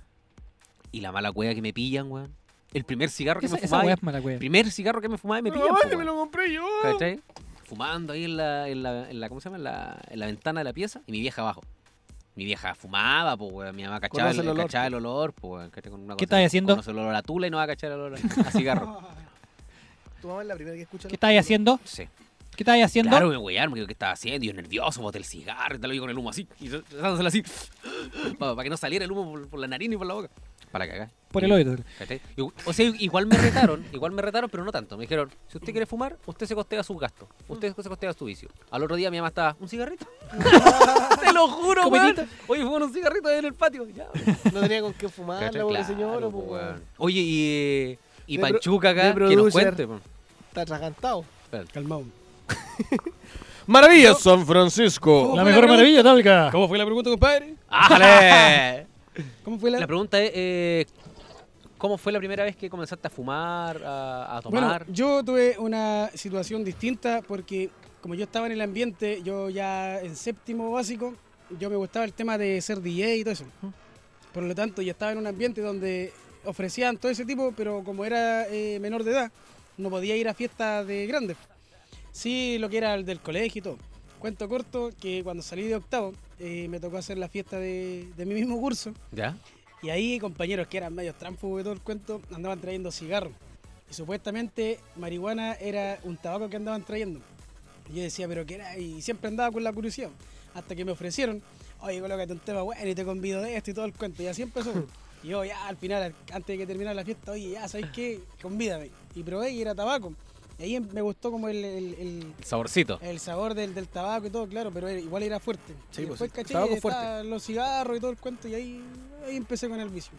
Y la mala cueva que me pillan, weón. El primer cigarro que
esa,
me
esa
fumaba.
weá
El
es mala weá.
primer cigarro que me fumaba y me pillan.
Ay,
po,
me
weón.
lo compré yo.
¿Cachai? Fumando ahí en la, en la, en la- ¿cómo se llama? En la, en la ventana de la pieza y mi vieja abajo. Mi vieja fumaba, pues, weón. Mi mamá cachaba
Conoce
el,
el olor,
cachaba el olor, pues, weón. ¿Cachai? Con una
¿Qué
cosa-
estás haciendo?
Conoce el olor a tula y no va a cachar el olor a a
*laughs*
cigarro.
Tu mamá es la primera que escucha.
¿Qué estáis haciendo?
Sí.
¿Qué estáis haciendo?
Claro, me wearon, me dijo, ¿qué estaba haciendo? Yo nervioso, boté el cigarro, y tal, yo con el humo así, y dándosela así, *gasps* para, que no saliera el humo por, por la nariz ni por la boca. Para cagar.
Por el oído.
¿cachai? Y- O sea, igual me retaron, igual me retaron, pero no tanto. Me dijeron, si usted quiere fumar, usted se costea sus gastos, usted se costea su vicio. Al otro día mi mamá estaba, ¿un *laughs* cigarrito? ¡Te lo juro, weón!
Copetito.
Oye, fumó un cigarrito ahí en el patio. Ya,
No tenía con qué fumar,
¿cachai?
la Ah, pobre
Claro,
señora,
po,
pues, weón.
Oye, y, eh, y
De pro-
Panchuca
de
acá, que nos
producer.
cuente. po.
Está atragantado.
Calmado.
Maravillas San Francisco.
La mejor maravilla, talca.
¿Cómo fue la pregunta, compadre?
*laughs* ¡Ájale!
¿Cómo fue la.?
La pregunta es, eh, ¿cómo fue la primera vez que comenzaste a fumar, a, a
bueno,
tomar?
yo tuve una situación distinta porque, como yo estaba en el ambiente, yo ya en séptimo básico, yo me gustaba el tema de ser DJ y todo eso. Por lo tanto, yo estaba en un ambiente donde ofrecían todo ese tipo, pero como era eh, menor de edad, no podía ir a fiestas de grandes. Sí, lo que era el del colegio y todo. Cuento corto que cuando salí de octavo, eh, me tocó hacer la fiesta de, de mi mismo curso.
¿Ya?
Y ahí compañeros que eran medios tránsfugos y todo el cuento andaban trayendo cigarros. Y supuestamente marihuana era un tabaco que andaban trayendo. Y yo decía, pero qué era, y siempre andaba con la curiosidad. Hasta que me ofrecieron, oye, colócate un tema bueno y te convido de esto y todo el cuento. Y así empezó. Y yo ya al final, al- antes de que terminara la fiesta, oye, ya, ¿sabes qué? Convídame. Y probé y era tabaco. Y ahí em- me gustó como el, el- el-
El saborcito.
el sabor del, del tabaco y todo, claro, pero era- igual era fuerte.
Sí,
Y
pues,
después
sí,
caché
tabaco
que estaban los cigarros y todo el cuento y ahí, ahí empecé con el vicio.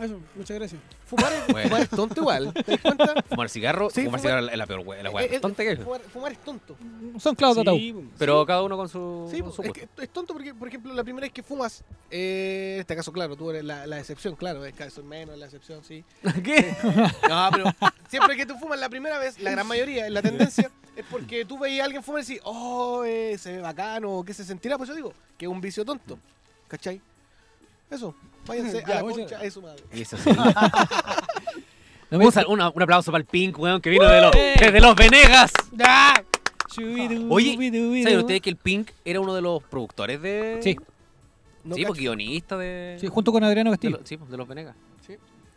Eso, muchas gracias.
Fumar es,
Bueno.
fumar es tonto igual. ¿Te das cuenta?
Fumar cigarro,
Sí,
fumar
fumar-
cigarro es la peor hue- *laughs* la hueá
Eh, eh,
tonta que es.
Fumar, fumar es tonto.
Son Claudio Tatau.
Pero cada uno con su,
Sí,
con
pues,
su
es,
gusto.
que es tonto porque, por ejemplo, la primera vez que fumas, eh, en este caso, claro, tú eres la, la excepción, claro, es cada vez menos la excepción, sí.
¿Qué?
No, pero siempre que tú fumas la primera vez, la gran mayoría, la tendencia, es porque tú veías a alguien fumar y decís, oh, eh, se ve bacano, ¿qué se sentirá? Pues yo digo, que es un vicio tonto, ¿cachai? Eso, váyanse
Ya,
a la
voy a
concha
llegar.
de su madre.
*laughs* Y eso sí.
No me-
un, sal- una- un aplauso para el Pink, weón, que vino de los, desde los Venegas. Oye, ¿Saben ustedes que el Pink era uno de los productores de.
Sí,
No
sí,
cacho.
pues, guionista de.
sí, junto con Adriano
de
Castillo.
los- sí, pues, de los Venegas.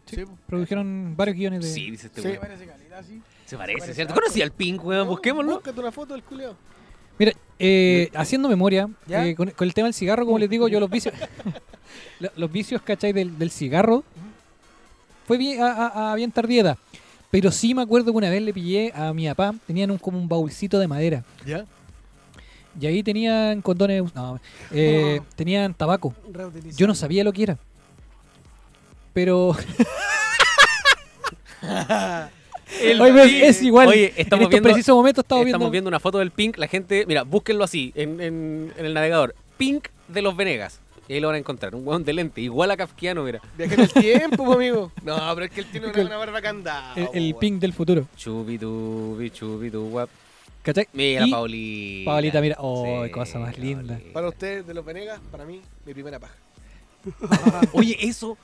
Sí, po.
Produjeron varios guiones de.
Sí, dice este
Sí.
weón.
Parece calidad, sí.
Se parece,
parece
¿cierto?
harto.
Conocía al Pink, weón,
No,
busquémoslo.
Búscate una foto del culeado.
Mira, eh, haciendo memoria,
¿Ya?
eh, con, con el tema del cigarro, como les digo, yo los
*laughs*
vicios, lo- los vicios, ¿cachai? Del, del cigarro, fue bien, a, a- a bien tardieda. Pero sí me acuerdo que una vez le pillé a mi papá, tenían un, como un baúlcito de madera.
¿Ya?
Y ahí tenían condones, no,
*laughs*
eh, tenían tabaco.
Reutilizar.
Yo no sabía lo que era. Pero... *laughs* Oye, ves, es igual.
Oye,
en
estamos
estos
viendo.
precisos momentos estaba
Estamos
viendo...
viendo... una foto del Pink. La gente, mira, búsquenlo así en, en- en el navegador. Pink de los Venegas. Y ahí lo van a encontrar. Un weón de lente, igual a Kafkiano, mira.
Viaje en el tiempo, po, amigo. No, pero es que él tiene una, una barba candada.
el,
Ah,
el ping del futuro.
Chubidubi, chubidu, guap.
¿Cachai?
Mira,
Y-
Paulita.
Paulita, mira. Oh,
Sí,
cosa más linda.
Paulita.
Para ustedes, de los Venegas, para mí, mi primera paja.
Oye, eso.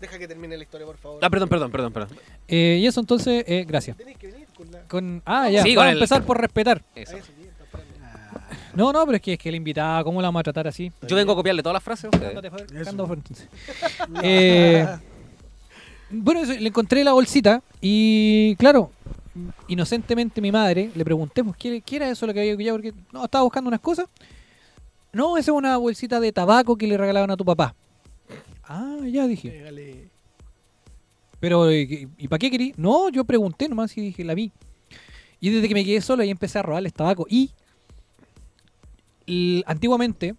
Deja que termine la historia, por favor.
Ah, perdón, perdón, perdón, perdón.
Eh, y eso entonces, eh, gracias.
Tenés que venir con la.
Con, ah, ya,
Sí, con
vamos a
el-
empezar por respetar.
Eso.
Ah, eso, bien, está esperando.
No, no, pero es que es que la invitada, ¿cómo la vamos a tratar así?
Yo vengo a copiarle todas las frases. a ustedes.
Ándate, Faber- ando, Faber, entonces. Eh, bueno, eso, le encontré la bolsita y, claro, inocentemente mi madre le pregunté, pues, ¿qué, qué era eso lo que había pillado? Porque no, estaba buscando unas cosas. No, esa es una bolsita de tabaco que le regalaban a tu papá. Ah, ya dije.
Pégale.
Pero, eh, ¿y, para qué querí? No, yo pregunté nomás y dije, la vi. Y desde que me quedé solo ahí empecé a robarles tabaco. Y l- antiguamente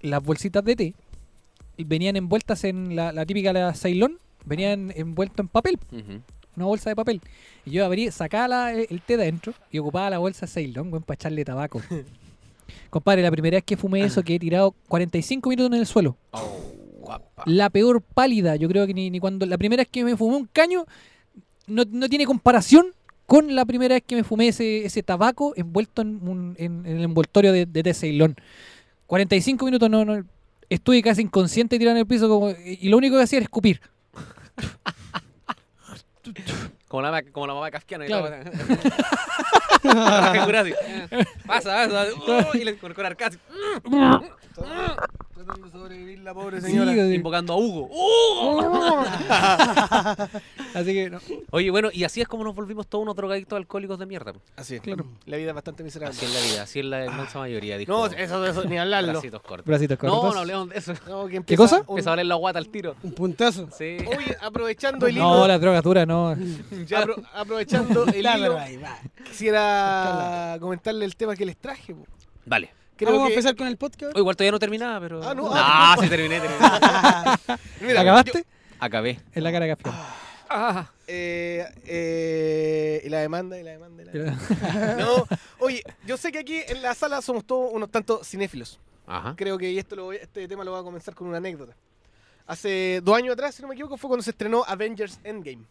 las bolsitas de té venían envueltas en la, la típica la Ceilón, venían envueltas en papel,
Ujú.
una bolsa de papel. Y yo abrí, sacaba la- eh, el, el té de adentro y ocupaba la bolsa Ceilón, weón, para echarle
*laughs*
tabaco. Compadre, la primera vez que fumé eso que he tirado 45 minutos en el suelo.
Oh, guapa.
La peor pálida, yo creo que ni, ni cuando. La primera vez que me fumé un caño no, no tiene comparación con la primera vez que me fumé ese, ese tabaco envuelto en, un- en- en el envoltorio de, de té Ceilón. 45 minutos no, no. Estuve casi inconsciente tirado en el piso como- y lo único que hacía era escupir.
Como la, ma- como la mamá de Kafkiano. ahí
Claro.
la- *laughs* la figura así. Eh, Pasa, pasa. uh, y le con, con arcade,
Tratando de sobrevivir la pobre
Sí,
señora.
así-
invocando a Hugo. ¡Uh!
*laughs* así que no.
Oye, bueno, y así es como nos volvimos todos unos drogadictos alcohólicos de mierda. po.
Así es.
Claro.
La vida es bastante miserable.
Así es la vida, así es la inmensa mayoría. Dijo,
No, eso, eso, ni hablarlo.
Bracitos cortos.
Bracitos
No,
cortos.
no hablemos de eso.
No, que
¿Qué
empieza
cosa?
un-
Empezó a hablar la guata al tiro.
Un puntazo.
Sí.
Oye, aprovechando el
No,
hilo.
las drogas duras, no.
ya *laughs* apro- aprovechando el
Dale,
hilo,
ahí va.
quisiera comentarle el tema que les traje. po.
Vale.
Creo
Vamos a
que-
empezar con el podcast.
Oh, igual todavía no terminaba, pero.
Ah, no, ah.
Ah, sí, terminé, terminé.
Mira,
¿Acabaste?
Acabé.
En la cara de Gafián.
Ah,
Eh, eh, y la demanda, y la demanda, y la demanda. No, oye, yo sé que aquí en la sala somos todos unos tantos cinéfilos.
Ajá.
Creo que y esto lo voy- este tema lo voy a comenzar con una anécdota. Hace dos años atrás, si no me equivoco, fue cuando se estrenó Avengers Endgame,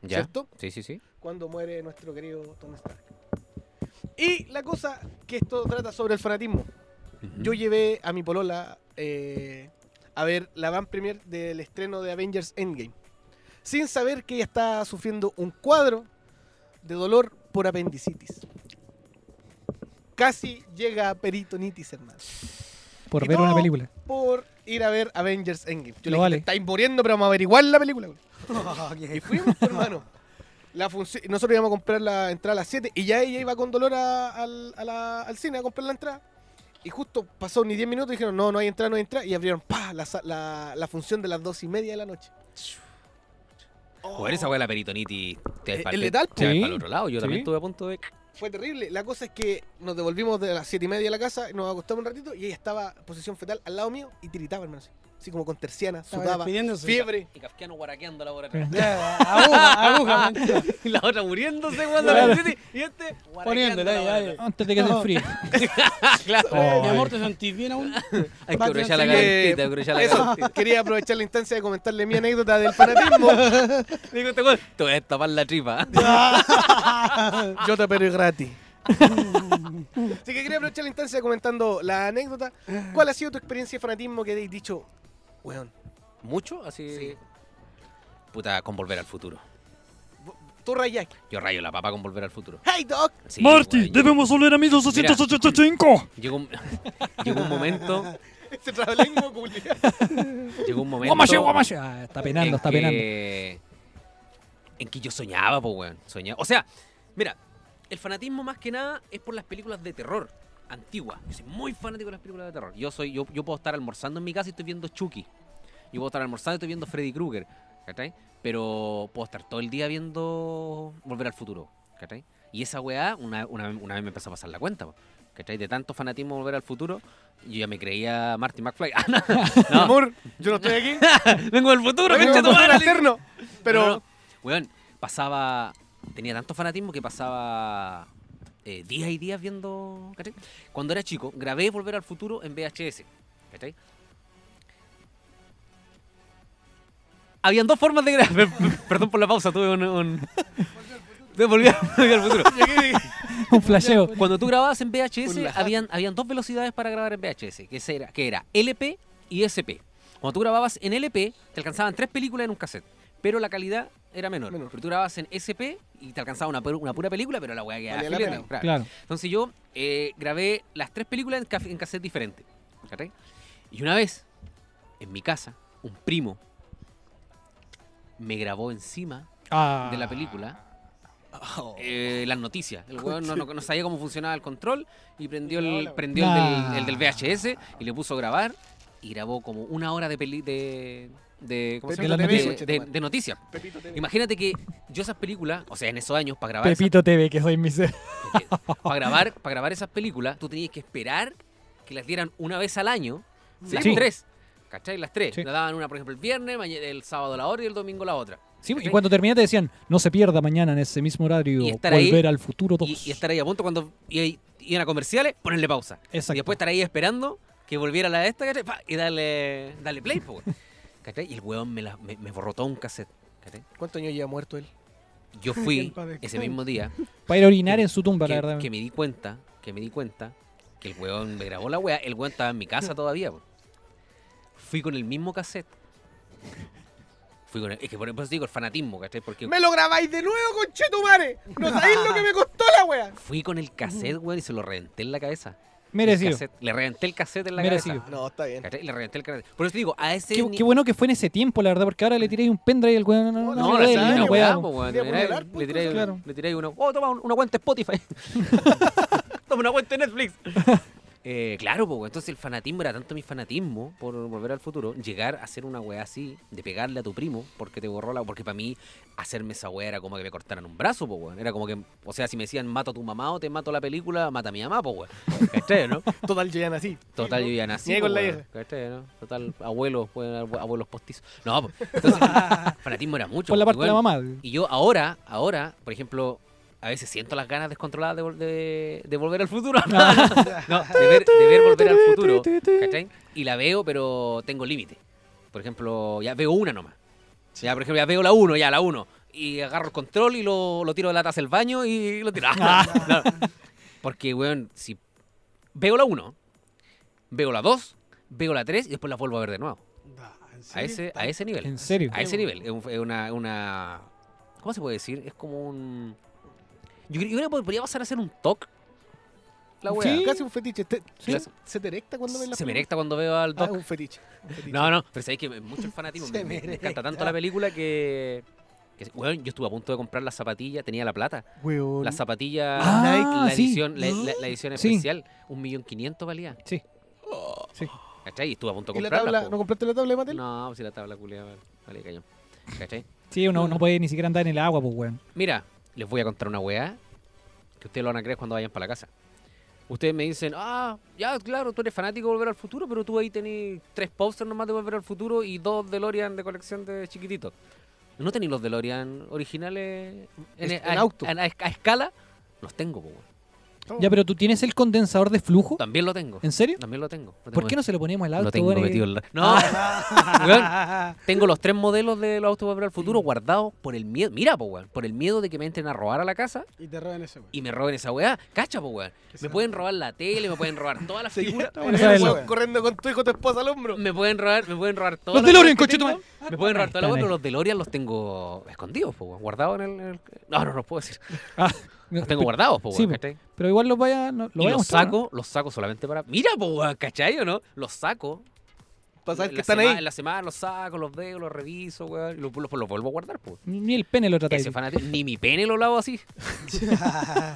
Ya.
¿cierto?
Sí, sí, sí.
Cuando muere nuestro querido Tony Stark. Y la cosa que esto trata sobre el fanatismo. Yo llevé a mi polola eh, a ver la van premier del estreno de Avengers Endgame, sin saber que ella está sufriendo un cuadro de dolor por apendicitis. Casi llega a peritonitis, hermano,
Por
Y
ver una
todo-
película.
por ir a ver Avengers Endgame. Yo
No
le dije,
vale.
"Te estáis muriendo, pero vamos a averiguar la película. güey". Y fuimos, pues, hermano. La funci- Nosotros íbamos a comprar la entrada a las 7 y ya ella iba con dolor a- al, a la- al cine a comprar la entrada. Y justo pasó ni 10 minutos y dijeron, no, no hay entrada, no hay entrada. Y abrieron ¡pah! La, sa- la- la función de las 2 y media de la noche.
Joder, esa weá de la peritonitis. Te
Eh,
va
es letal,
Te va
sí.
para el otro lado. Yo también
Sí.
estuve a punto de.
Fue terrible. La cosa es que nos devolvimos de las 7 y media a la casa, nos acostamos un ratito y ella estaba en posición fetal al lado mío y tiritaba, hermano. Así, Así como con terciana,
Estaba
sudaba,
despidiéndose.
fiebre.
Y Kafkiano guaraqueando la hora atrás.
*laughs* Ya,
*laughs*
Aguja, aguja. mancha.
*laughs* Y la otra muriéndose cuando la City y este
Poniéndole ahí, ahí.
Antes de que se
No.
enfríe.
claro.
Mi amor, ¿te sentís bien aún?
Hay que
Patreon
aprovechar la
sigue-
garantita, aprovechar la
Eso,
garantita.
quería aprovechar la instancia de comentarle mi anécdota del fanatismo.
*laughs* Digo, este weón, te voy a tapar la tripa.
Yo te pero es gratis. Así que quería aprovechar la instancia comentando la anécdota. ¿Cuál ha sido tu experiencia de fanatismo que hayas dicho, weón?
¿Mucho? Así. Puta, con volver al futuro.
Tú rayas.
Yo rayo la papa con volver al futuro.
¡Hey, Doc!
Sí,
Marty,
weón, llegó-
debemos volver a 1985.
Llegó un, *laughs* llegó un momento.
Ese trabalengo, culiao.
Llegó un momento.
Guamache, guamache. Ah, está penando,
en
está
*laughs*
penando.
que, en que yo soñaba, pues, weón. Soñaba. O sea, mira, el fanatismo más que nada es por las películas de terror antiguas. Yo soy muy fanático de las películas de terror. Yo soy, yo, yo puedo estar almorzando en mi casa y estoy viendo Chucky. Yo puedo estar almorzando y estoy viendo Freddy Krueger. ¿Cachai? Pero puedo estar todo el día viendo Volver al Futuro. ¿Cachai? Y esa weá, una, una, vez- una vez me empezó a pasar la cuenta, po, ¿cachai? De tanto fanatismo Volver al Futuro, yo ya me creía Marty McFly. *laughs* Ah, no. No.
Amor, yo no estoy
*laughs*
aquí.
Vengo del futuro,
Vengo del
concha tu
futuro
madre.
alterno. Pero-
No, no, Weón, pasaba. Tenía tanto fanatismo que pasaba. eh, días y días viendo. ¿cachai? Cuando era chico, grabé Volver al Futuro en VHS. ¿Cachai? Habían dos formas de grabar. *laughs* Perdón por la pausa, tuve un. un... Volví al volví al futuro.
Un flasheo.
Cuando tú grababas en VHS, habían, habían dos velocidades para grabar en VHS, que era, que era LP y SP. Cuando tú grababas en LP, te alcanzaban tres películas en un cassette, pero la calidad era menor.
Menor.
Pero tú grababas en SP y te alcanzaba una, pu- una pura película, pero la weá quedaba
Valía la
filete,
pena.
claro.
Claro.
Entonces yo eh, grabé las tres películas en, ca- en cassette diferente. ¿cachai? Y una vez, en mi casa, un primo me grabó encima de la película. eh, las noticias. El weón no, no- no sabía cómo funcionaba el control y prendió el, prendió el
Ah.
del, el del VHS y le puso a grabar y grabó como una hora de peli de, de, ¿cómo se
Pepito
llama?
TV,
De-
conchetumare.
de- de noticias. Imagínate que yo esas películas, o sea, en esos años, para grabar,
Pepito TV, que soy mi ser.
para grabar, para grabar esas películas, tú tenías que esperar que las dieran una vez al año,
Sí,
las
po.
tres. ¿Cachai? Las tres.
Sí.
La daban una, por ejemplo, el viernes, maña- el sábado la hora y el domingo la otra.
Sí, y
¿Cachai?
cuando terminé te decían, no se pierda mañana en ese mismo horario,
Y estar ahí,
volver al futuro 2.
y, y estar ahí a punto cuando y- y- iban a comerciales, ponerle pausa.
Exacto.
Y después estar ahí esperando que volviera la esta, ¿cachai? Pa, Y darle, darle play, po, weón. ¿Cachai? Y el weón me, la- me, me borró todo un cassette. ¿cachai?
¿Cuántos años lleva muerto él?
Yo
*laughs*
fui ese mismo día
Para ir a orinar en su tumba, la
que,
verdad.
que me di cuenta, que me di cuenta que el weón me grabó la weá, el weón estaba en mi
*laughs*
casa todavía, po. Fui con el mismo cassette. *laughs* Fui con el- es que por por eso digo el fanatismo, ¿cachai? Porque
¡Me lo grabáis de nuevo, conchetumare! ¡No sabéis lo que me costó la wea!
fui con el cassette, weón, y se lo reventé en la cabeza. El
Merecido.
cassette. Le reventé el cassette en la
Merecido.
cabeza.
No, está bien.
¿Cachai? Le reventé el carnet. Por eso te digo, a ese.
Qué,
ni-
qué bueno que fue en ese tiempo, la verdad, porque ahora le tiráis un pendrive al weón. No, no, le
No, la
doy
señora,
una
weá,
weá,
po, weón.
Debería
Le
volar,
tiráis- Le tiráis
claro.
le tiráis uno. Oh, toma un- una cuenta Spotify. toma una cuenta de Netflix. Eh, claro, po, weón. entonces el fanatismo era tanto mi fanatismo por volver al futuro, llegar a hacer una weá así, de pegarle a tu primo porque te borró la. Porque para mí, hacerme esa weá era como que me cortaran un brazo, po, weón. Era como que, o sea, si me decían mato a tu mamá o te mato la película, mata a mi mamá, po, weón. ¿Cachai, no?
*laughs* Total, llegan así.
Total, yo ya nací.
Llegué con
po,
la
weón,
hija.
¿cachai, no? Total, abuelos, pueden haber abue- abuelos postizos. No, po.
*laughs*
entonces, el fanatismo era mucho.
por la
po,
parte de la
weón.
mamá.
Y yo ahora, ahora, por ejemplo, a veces siento las ganas descontroladas de, vol- de, de volver al futuro. *laughs* No, de ver, de ver volver al futuro. ¿Cachai? Y la veo, pero tengo límite. Por ejemplo, ya veo una nomás. Ya, por ejemplo, ya veo la 1, ya la 1. Y agarro el control y lo, lo tiro de la taza del baño y lo tiro. *laughs* No. Porque, weón, si veo la 1, veo la 2, veo la 3 y después la vuelvo a ver de nuevo. A ese, a ese nivel.
En serio.
A ese nivel. Es un- es una, una- ¿Cómo se puede decir? Es como un. Yo, cre- yo creo que podría pasar a ser un TOC. La wea.
Sí.
Casi un fetiche. Te-
Sí.
se- ¿Se te erecta cuando ves la
Se me
película?
erecta cuando veo al
Ah, es
TOC.
un fetiche. un fetiche.
no, no, pero sabéis que
*laughs*
es mucho el fanatismo.
Se
me,
me
me- me
erecta.
encanta tanto la película que. que- weón, yo estuve a punto de comprar la zapatilla, tenía la plata.
Weón.
La zapatilla,
Ah,
la
sí.
edición, la, la- la edición
Sí.
especial, un millón quinientos valía.
Sí. Sí.
¿Cachai? Y estuve a punto de
¿Y la
comprarla.
tabla?
po.
¿No compraste la tabla de Mattel?
No, pues si la tabla culiada, vale, cañón. ¿Cachai?
Sí, uno
Mm.
no puede ni siquiera andar en el agua, pues, weón.
Mira, les voy a contar una weá que ustedes lo van a creer cuando vayan para la casa. Ustedes me dicen, ah, ya, claro, tú eres fanático de Volver al Futuro, pero tú ahí tenés tres posters nomás de Volver al Futuro y dos DeLorean de colección de chiquititos. ¿No tenéis los DeLorean originales en,
Es-
a,
en auto.
a- a- a escala? Los tengo, po, weón.
Ya, pero tú tienes el condensador de flujo.
También lo tengo.
¿En serio?
También lo tengo. Lo
¿Por
tengo
qué no se lo ponemos al auto?
Lo tengo
weón?
metido en la- No,
*laughs*
weón, tengo los tres modelos de los autos para el futuro guardados por el miedo. Mira, po, weón, por el miedo de que me entren a robar a la casa
Y te roban ese, weón.
y me roben esa weá. Cacha, po, weón. Me pueden robar la tele, me pueden robar todas las figuras.
Bueno, sabes lo-
corriendo con tu hijo, tu esposa al hombro.
Me pueden robar, me pueden robar
Los
todas las
DeLorean,
weas que tengo.
conchetumare.
Me pueden robar todas las
Están
weas, pero
ahí.
los DeLorean los tengo escondidos, po, weón, guardados en el, en el- No, no los
*laughs*
puedo decir.
Ah,
Los tengo guardados, po,
Sí,
weón,
po.
¿cachai?
Pero igual los vaya, no-
Y
vaya a
los
mostrar, ¿no?
saco, los saco solamente para. Mira, po, weón, ¿cachai o no? Los saco
Para saber
en
que
la
están
semana-
ahí.
En la semana los saco, los veo, los reviso, weón. Y los, los- los vuelvo a guardar, pues.
Ni ni el pene lo tratáis.
Ese fanático, ni mi pene lo lavo así.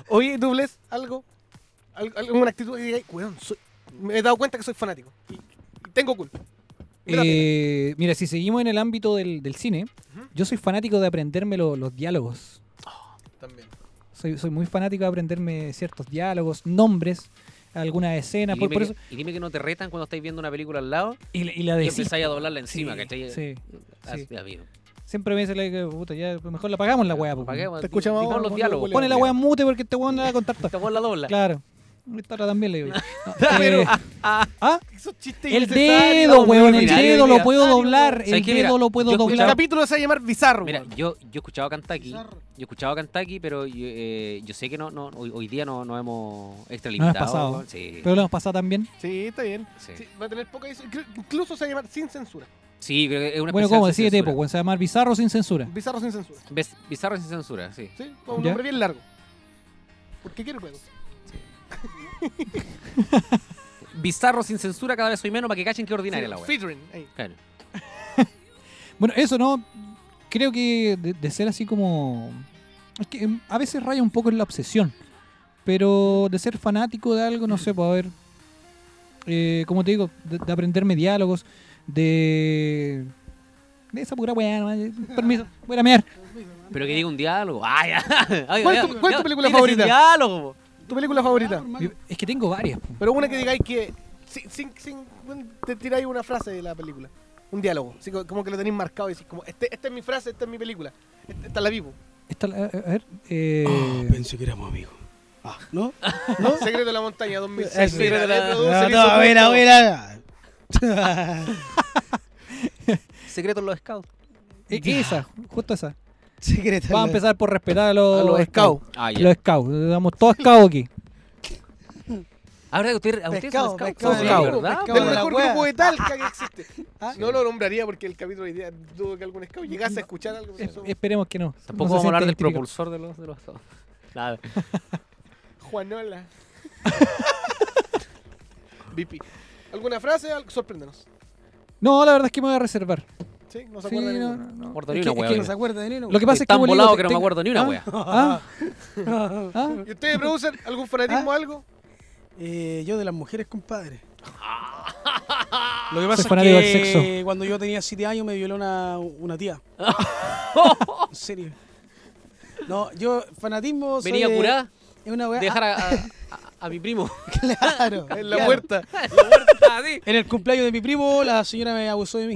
Oye, dobles, algo. Al- Alguna actitud. Y digáis, weón, soy- me he dado cuenta que soy fanático. Y, y tengo culpa. Mira,
Eh, mira, si seguimos en el ámbito del, del cine, yo soy fanático de aprenderme lo- los diálogos.
También.
Soy, soy muy fanático de aprenderme ciertos diálogos, nombres, algunas escenas.
Y
por-
dime,
por
que,
eso-
y dime que no te retan cuando estáis viendo una película al lado
y, la- y la
y
de
empezáis a doblarla encima,
Sí,
¿cachai?
sí,
Ah,
sí.
ya, amigo.
Siempre me dice la que, puta, ya mejor la pagamos la weá. po.
¿Para qué, weón?
Te escuchamos
Digamos
ahora,
los
cuando
diálogos.
vuelva.
Pone la weá en mute porque este weón la va a contar toda.
Esta weón la dobla.
Claro. Esta otra también le digo. yo. No,
Pero-
eh, ¿ah?
Esos chistes
El
innecesarios,
dedo, weón, el
mira,
dedo lo
mira.
puedo doblar.
¿Sabes
El
qué? Mira,
dedo lo puedo
yo
El
escuchaba-
doblar.
capítulo se va a llamar Bizarro.
Mira,
weón.
yo, yo he escuchado a Kentucky, yo he escuchado a Kentucky, pero yo, eh, yo sé que no, no hoy, hoy día no, no hemos extralimitado.
pasado.
weón. Sí,
Pero lo hemos pasado también.
Sí, está bien.
sí.
Sí, va a tener poca. creo- Incluso se va a llamar Sin Censura.
Sí, creo que es una
Bueno,
especial
¿cómo?
sin
Decide
censura.
Tepo, weón. Se va a llamar Bizarro sin censura.
Bizarro sin censura.
Ves- Bizarro sin censura, sí.
Sí, con un
¿Ya?
nombre bien largo. ¿Por qué quiere juegos?
Bizarro sin censura, cada vez soy menos para que cachen que ordinaria
Sí,
la weá.
Featuring. ahí.
Claro.
Bueno, eso no. Creo que de, de ser así como. Es que em, a veces raya un poco en la obsesión. Pero de ser fanático de algo, no sé, pues a ver. eh, como te digo, de, de aprenderme diálogos, de. De esa pura weá, nomás, eh, Permiso, voy a ir a mear.
Pero que diga un diálogo. Ah, ya. Ay,
¿Cuál es
ya,
tu- cuál es tu
ya,
película
tírese un
favorita?
diálogo, po.
¿Tu película favorita?
Yo- Es que tengo varias. po.
Pero una que digáis que. Sin, sin, sin- te tiráis una frase de la película. Un diálogo. Así co- como que lo tenéis marcado y decís, como, este, esta es mi frase, esta es mi película. Esta, esta la vivo.
Esta la- a a ver. eh,
Pensé que éramos amigos. Ah, ¿no?
¿No? *laughs* Secreto de la montaña
Eh,
2006.
El secreto
Mira,
de
le
la-
produce el
No, no, a ver, a
insoportable.
ver, a ver.
Secretos los scouts.
eh, esa, justo esa.
Secreto.
Vamos a empezar por respetar a los,
A los scouts.
Ah, ya.
Los scouts. Damos todos scouts
*laughs*
aquí.
Ahora que usted, a usted
Pescado,
son scouts,
pescado
sí,
de la-
¿verdad?
pescado
Del
de la
mejor
wea.
grupo de Talca que *laughs* existe. Ah, No lo nombraría porque el capítulo de hoy día dudo que algún scout llegase a escuchar algo.
Es-
sobre
Esperemos que no.
Tampoco
No se
vamos a hablar del
siente identificado.
propulsor de los, de los scouts. Nada.
*laughs*
Juanola. VP. ¿Alguna frase? Al- Sorpréndenos.
No, la verdad es que me voy a reservar.
¿Sí? ¿No se
Sí,
acuerda
no,
ninguno?
no, no.
Guardo
Es
ni
que-
una
es
wea,
que-
mira.
acuerda de
Lo que pasa es que
Tan
boludo,
volado
te-
que no me
te-
acuerdo ni una
ah,
wea.
*laughs*
ah, ah.
¿Y ustedes producen algún fanatismo a algo?
Eh, yo de las mujeres,
*laughs*
compadre. Lo que pasa es
fanático del
que
sexo.
cuando yo tenía 7 años me violó una,
*laughs*
una tía. en serio. No, yo fanatismo soy
Venía
de-
curada
Es una weá.
de dejar a, a, a- a mi primo.
*laughs*
*laughs* claro,
En la
*laughs*
claro.
puerta.
sí.
En el cumpleaños de mi primo, la señora me
*laughs*
abusó de mí.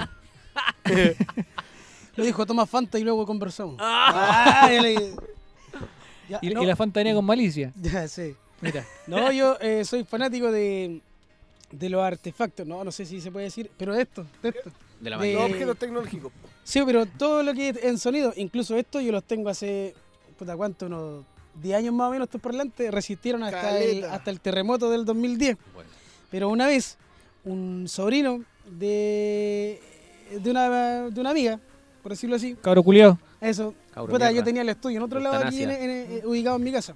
Lo dijo, toma Fanta y luego conversamos. Ah, yo le- Ya,
Y,
no.
y la fantasía con malicia.
*laughs* Ya, sí.
Mira.
No, yo eh, soy fanático de, de los artefactos. No, no sé si se puede decir, pero de esto, de esto.
De la
Eh,
De-
mañana.
Los objetos tecnológicos.
Sí, pero todo lo que es en sonido, incluso esto yo los tengo hace, puta, ¿cuánto? Unos 10 años más o menos estos parlantes resistieron hasta el,
Caleta.
hasta el terremoto del 2010.
Bueno.
Pero una vez, un sobrino de, de, una, de una amiga, por decirlo así,
Cabro culiao.
eso,
Cabro
puta, yo
mierda.
tenía el estudio en otro lado aquí, en-
Eutanasia.
en- eh, ubicado en mi casa.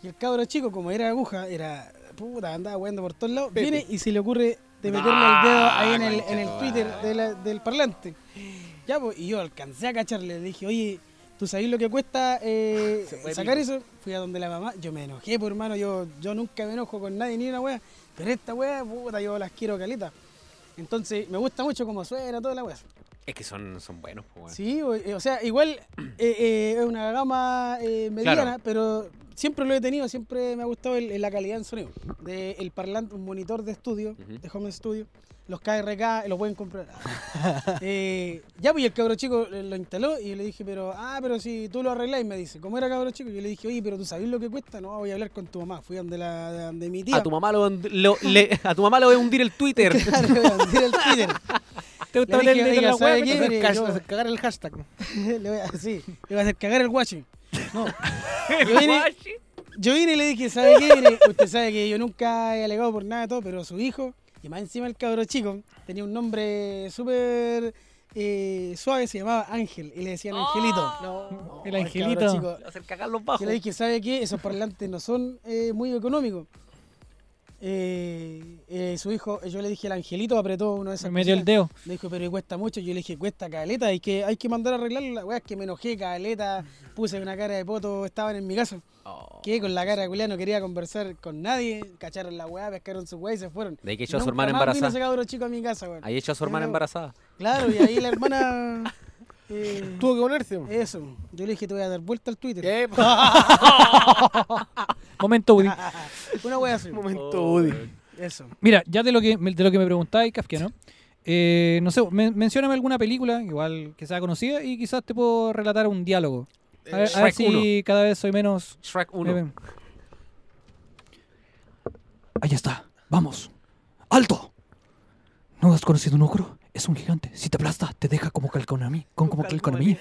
Y el cabro chico, como era aguja, era, puta, andaba hueando por todos lados,
Pepe.
viene y se le ocurre de meterle
Ah,
el dedo ahí en el, en el
conchetumare.
Twitter de la- del parlante. Ya, pues, y yo alcancé a cacharle, le dije, oye, ¿tú sabés lo que cuesta eh,
fue
sacar eso? Fui a donde la mamá, yo me enojé, por hermano, yo, yo nunca me enojo con nadie ni una wea, pero esta wea, puta, yo las quiero caleta. Entonces, me gusta mucho cómo suena toda la wea.
Es que son, son buenos, pues, weón.
Sí, o, eh, o sea, igual eh, eh, es una gama eh, mediana,
Claro.
pero Siempre lo he tenido, siempre me ha gustado el- el- la calidad en sonido. De el parlante, un monitor de estudio,
Ujú.
de home studio. Los KRK lo pueden comprar. *laughs* Eh, ya, pues y el cabro chico eh, lo instaló y yo le dije, pero, ah, pero si tú lo arreglás, me dice, ¿cómo era cabro chico? Yo le dije, oye, pero tú sabes lo que cuesta, no, voy a hablar con tu mamá. Fui donde, la, de donde mi tía. *laughs*
A Ah, tu mamá lo, lo- le- a tu mamá le voy a hundir el Twitter.
Claro, le voy a decir al Twitter.
¿Te
gusta hablar de la wea, Mire,
Hacer cash-
yo-
hacer cagar el hashtag.
le voy a, sí, le voy a hacer cagar el guachi. No. Yo vine, yo vine y le dije, ¿sabe qué? Mire, usted sabe que yo nunca he alegado por nada, todo, pero su hijo, y más encima el cabro chico, tenía un nombre súper eh, suave, se llamaba Ángel, y le decían Angelito. No,
El
cabro
angelito.
chico.
Hacer cagar los bajos.
Yo le dije, ¿sabe qué? Esos parlantes no son eh, muy económicos. Eh, eh, su hijo, yo le dije, el angelito apretó uno de
Se
esos.
me dio el dedo.
Me dijo, pero cuesta mucho. Yo le dije, cuesta caleta, hay que, hay que mandar a arreglarlo. La weá es que me enojé, caleta, puse una cara de poto, estaban en mi casa.
Oh.
Quedé con la cara de culiao, no quería conversar con nadie. Cacharon la weá, pescaron su weá y se fueron.
De ahí que echó a su
Nunca
hermana
más
embarazada.
Vino ese cabro chico a mi casa, weón.
Ahí echó a su hermana
Pero-
embarazada.
Claro, y ahí la
*laughs*
hermana. eh,
Tuvo que ponerse.
eso, yo le dije, te voy a dar vuelta al Twitter.
Eh,
Momento, Woody.
Una
*laughs*
weá así.
momento, Woody.
Eso.
Mira, ya de lo que me, de lo que me preguntabas, Kafka, ¿no? Eh, no sé, men- mencióname alguna película, igual que sea conocida, y quizás te puedo relatar un diálogo. A ver, a ver
Shrek
si cada vez soy menos. eh,
Shrek 1.
Ahí está, vamos. ¡Alto! ¿No has conocido un ogro? Es un gigante. Si te aplasta, te deja como calcomaní. Con como calcomaní.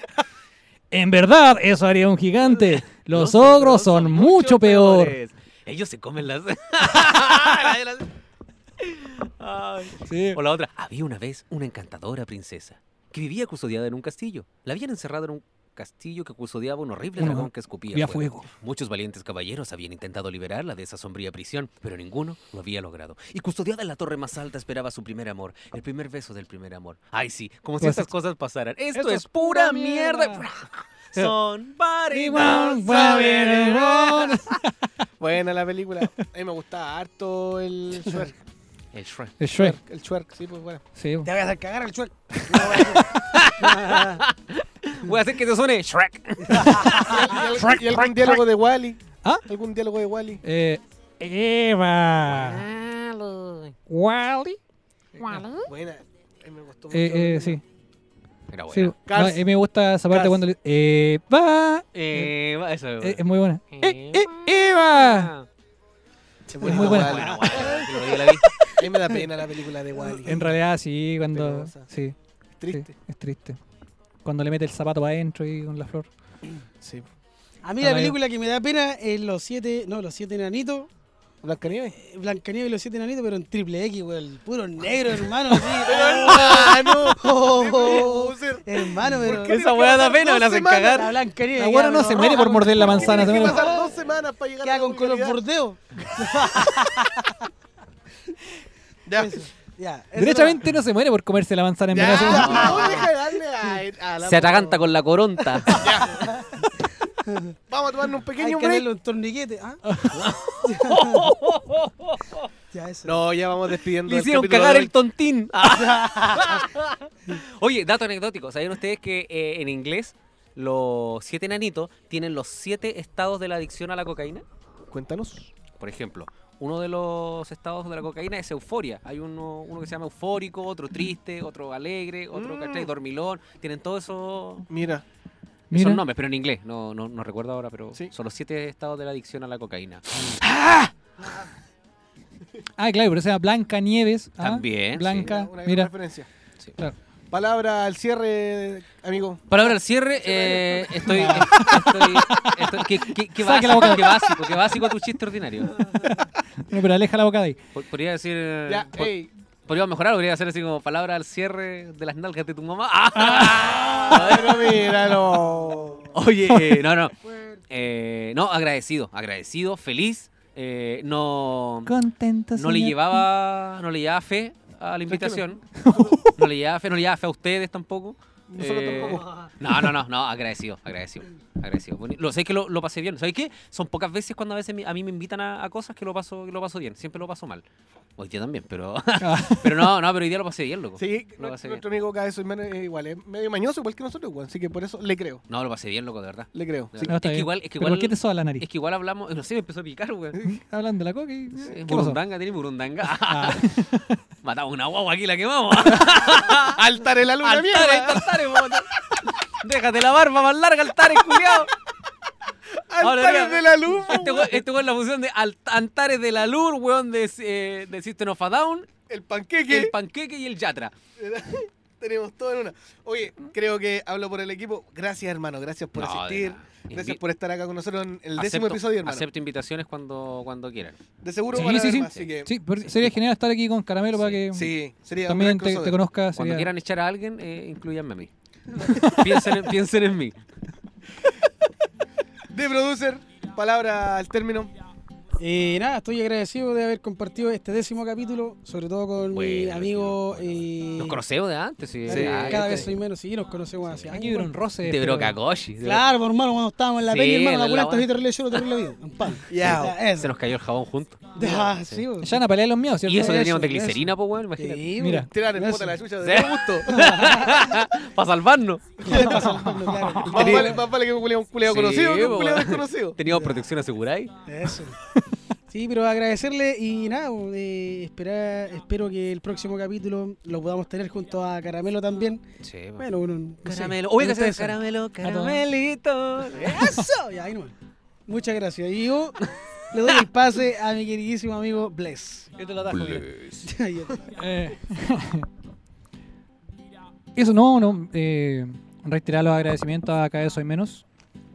En verdad, eso haría un gigante. *laughs* Los ogros son mucho peor.
peores. Ellos se
*laughs*
comen las. La de las- Ay.
Sí.
O la otra. Había una vez una encantadora princesa que vivía custodiada en un castillo. La habían encerrado en un castillo que custodiaba un horrible
Uno,
dragón que escupía
Vía
fuego.
fuego.
Muchos valientes caballeros habían intentado liberarla de esa sombría prisión, pero ninguno lo había logrado. Y custodiada en la torre más alta esperaba su primer amor, el primer beso del primer amor. Ay, sí, como si
Pues
estas
es-
cosas pasaran. Esto,
esto
es
es
pura
pura
mierda.
mierda.
*laughs* Somebody
Iván,
wants
va eh,
a
bien,
be-
Iván.
Buena la película. A mí me gustaba harto el Shrek.
El Shrek.
El Shrek,
El Shrek, sí, pues bueno.
sí.
Te voy a hacer cagar
*laughs*
el chueco.
Voy a hacer que se suene Shrek.
Y, y algún diálogo de Wally.
¿Ah?
¿Algún diálogo de Wally?
Eh, Eva. Wally.
Buena. A mí me gustó mucho.
Eh, eh, sí,
Era Ah, bueno.
sí. No,
Cars.
eh, me gusta esa parte
Cars.
cuando le... Eva.
Eh, va, eso es
Eh,
bueno.
es muy buena. Eh, eh, Eva.
Ah,
Es
muy
Wall-E.
buena.
bueno, bueno, yo la vi, la vi.
A mí me da pena la película de Wally.
En realidad sí, cuando...
Penosa.
Sí, sí,
Triste.
es triste. Cuando le mete el zapato para adentro y con la flor.
Sí.
A mí
Está bien.
la película que me da pena es Los Siete, no, Los Siete Enanitos,
¿Blancanieves?
eh, Blancanieves y Los Siete Enanitos, pero en triple X, güey, puro negro, hermano.
*laughs*
así.
¡Hermano!
Oh, hermano, pero...
*laughs* Esa weá da pena, me la hacen
La
cagar.
Blancanieves.
La guana
queda
no se
con-
muere
*laughs*
por morder la manzana.
Tiene
Se
que
muere.
pasar dos semanas para llegar a
Queda
la
con color
vulgaridad.
bordeo.
Ya.
Eso, Ya. eso
Derechamente no se muere por comerse la manzana en
Ya,
Venezuela.
no, deja de darle a, a la-
Se atraganta con la coronta.
Vamos a tomarnos un
no. Hay
pequeño
que
break.
hacerle un torniquete.
*laughs*
¿ah? *laughs* ya, eso.
No, ya vamos despidiendo.
Le
el
hicieron
capítulo
cagar
de hoy.
el tontín. *laughs* Oye, dato anecdótico. ¿Sabían ustedes que eh, en inglés los siete nanitos tienen los siete estados de la adicción a la cocaína?
Cuéntanos.
Por ejemplo, uno de los estados de la cocaína es euforia. Hay uno, uno que se llama eufórico, otro triste, otro alegre, otro,
Mm.
¿cachai? Dormilón. Tienen todos esos,
Mira,
Mira.
esos nombres, pero en inglés. No, no, no recuerdo ahora, pero
Sí.
son los siete estados de la adicción a la cocaína.
Ah, claro, pero se llama Blanca Nieves. ¿ah?
También. sí.
Blanca.
una gran
Mira.
referencia.
Sí.
Claro.
Palabra al cierre, amigo.
Palabra al cierre, eh, estoy,
*laughs*
estoy, estoy- qué, qué- qué
Saque la boca.
básico, qué básico, qué básico tu chiste ordinario.
No, pero aleja la boca de ahí.
Po- Podría decir, eh,
Ya,
po-
ey.
podría mejorar, podría hacer así como palabra al cierre de las nalgas de tu mamá.
Ah.
Ah,
Pero míralo.
Oye, eh, no, no, Eh, no, agradecido, agradecido, feliz, eh, no,
Contento.
no le
señor.
llevaba, no le llevaba fe a la invitación, no le llevaba fe, no le llevaba fe a ustedes tampoco.
Nosotros
Eh,
tampoco.
No, no, no, no, agradecido, agradecido, agradecido. Boni- Lo sé que lo, lo pasé bien. ¿Sabes qué? Son pocas veces cuando a veces mi- a mí me invitan a, a cosas que lo paso que lo paso bien, siempre lo paso mal. Hoy día también, pero. *laughs* pero no, no, pero hoy día lo pasé bien, loco.
Sí,
Lo
nu-
pasé
nuestro amigo Cabezo es igual, es medio mañoso igual que nosotros, weón. Así que por eso le creo,
No, lo pasé bien, loco, de verdad.
le creo.
De
sí.
verdad.
está
es que
bien.
igual, es que
¿Pero
igual,
por qué te soba la nariz?
es que igual hablamos, no sé, me empezó a picar, weón.
Hablando de la coca
eh,
y... ¿qué pasó?
Burundanga, tiene burundanga.
Ah.
*laughs* Matamos una guagua aquí, la
*laughs*
quemamos.
Ah, Altar en la luna,
Altares,
mierda.
altares, weón. Déjate la barba más larga, altares, culiao.
*laughs*
Ahora,
Altares
mira,
de la luz,
Este
weón.
weón este weón es la función de Alt- Antares de la Lur, weón, de, eh, de System of a Down,
El panqueque.
el panqueque y el yatra.
Tenemos todo en una. Oye, creo que hablo por el equipo. Gracias, hermano. Gracias por
No, de
asistir.
nada.
Gracias
Invi-
por estar acá con nosotros en el décimo
Acepto-
episodio, hermano.
Acepto invitaciones cuando, cuando quieran.
De seguro
Sí,
van a
sí,
haber
sí.
más, así que-
Sí, pero sería genial estar aquí con Caramelo para
Sí,
que
sí, sería un
también
gran
te, te
crossover.
conozca.
Cuando
sería-
quieran echar a alguien, eh, incluyanme
*laughs*
a mí. piensen, en, piensen en mí.
De producer, palabra al término.
Eh, nada, estoy agradecido de haber compartido este décimo capítulo, sobre todo con mi
Bueno,
amigo. eh,
Los conocemos de antes. Sí,
eh,
Ah,
cada
este-
vez soy menos, sí, nos conocemos hace
Aquí
años.
hubo un roce.
De
pero-
Broca Koshi, de-
Claro, pues, hermano, cuando estábamos en la
Sí,
peli, hermano,
en
la
la
cuenta
guan-
así terrible lloro, terrible vida. Un pan.
Ya.
Ya, eso.
Se nos cayó el jabón juntos.
Ya, sí, bo.
Ya van a pelear los míos, ¿cierto?
Y eso
eso,
teníamos de
eso.
glicerina, pues, weón,
Sí,
*laughs* imagínate.
*laughs* bo.
Mira.
Tirar en
Eso.
puta la chucha.
Sí.
De todo gusto.
*laughs* Para salvarnos.
Para salvarlo, claro.
Más vale, más vale que un culeado, un culeado
Sí,
conocido que un
po,
culeado
weón.
desconocido.
Teníamos protección asegurada ahí.
Eso. Sí, pero agradecerle y nada, bo, eh, esperar, espero que el próximo capítulo lo podamos tener junto a Caramelo también.
Sí,
Bueno, uno. no sé.
Caramelo. Oye, que
Ustedes
hacer
saben.
caramelo,
todos.
caramelito.
Eso, ya, ahí nomás. Muchas gracias. Y yo le doy el pase a mi queridísimo amigo Bless.
Yo te lo atajo, mira.
*laughs* Ahí está.
*laughs*
Eh, Eso no, no. eh, reiterar los agradecimientos a Cada vez Soy Menos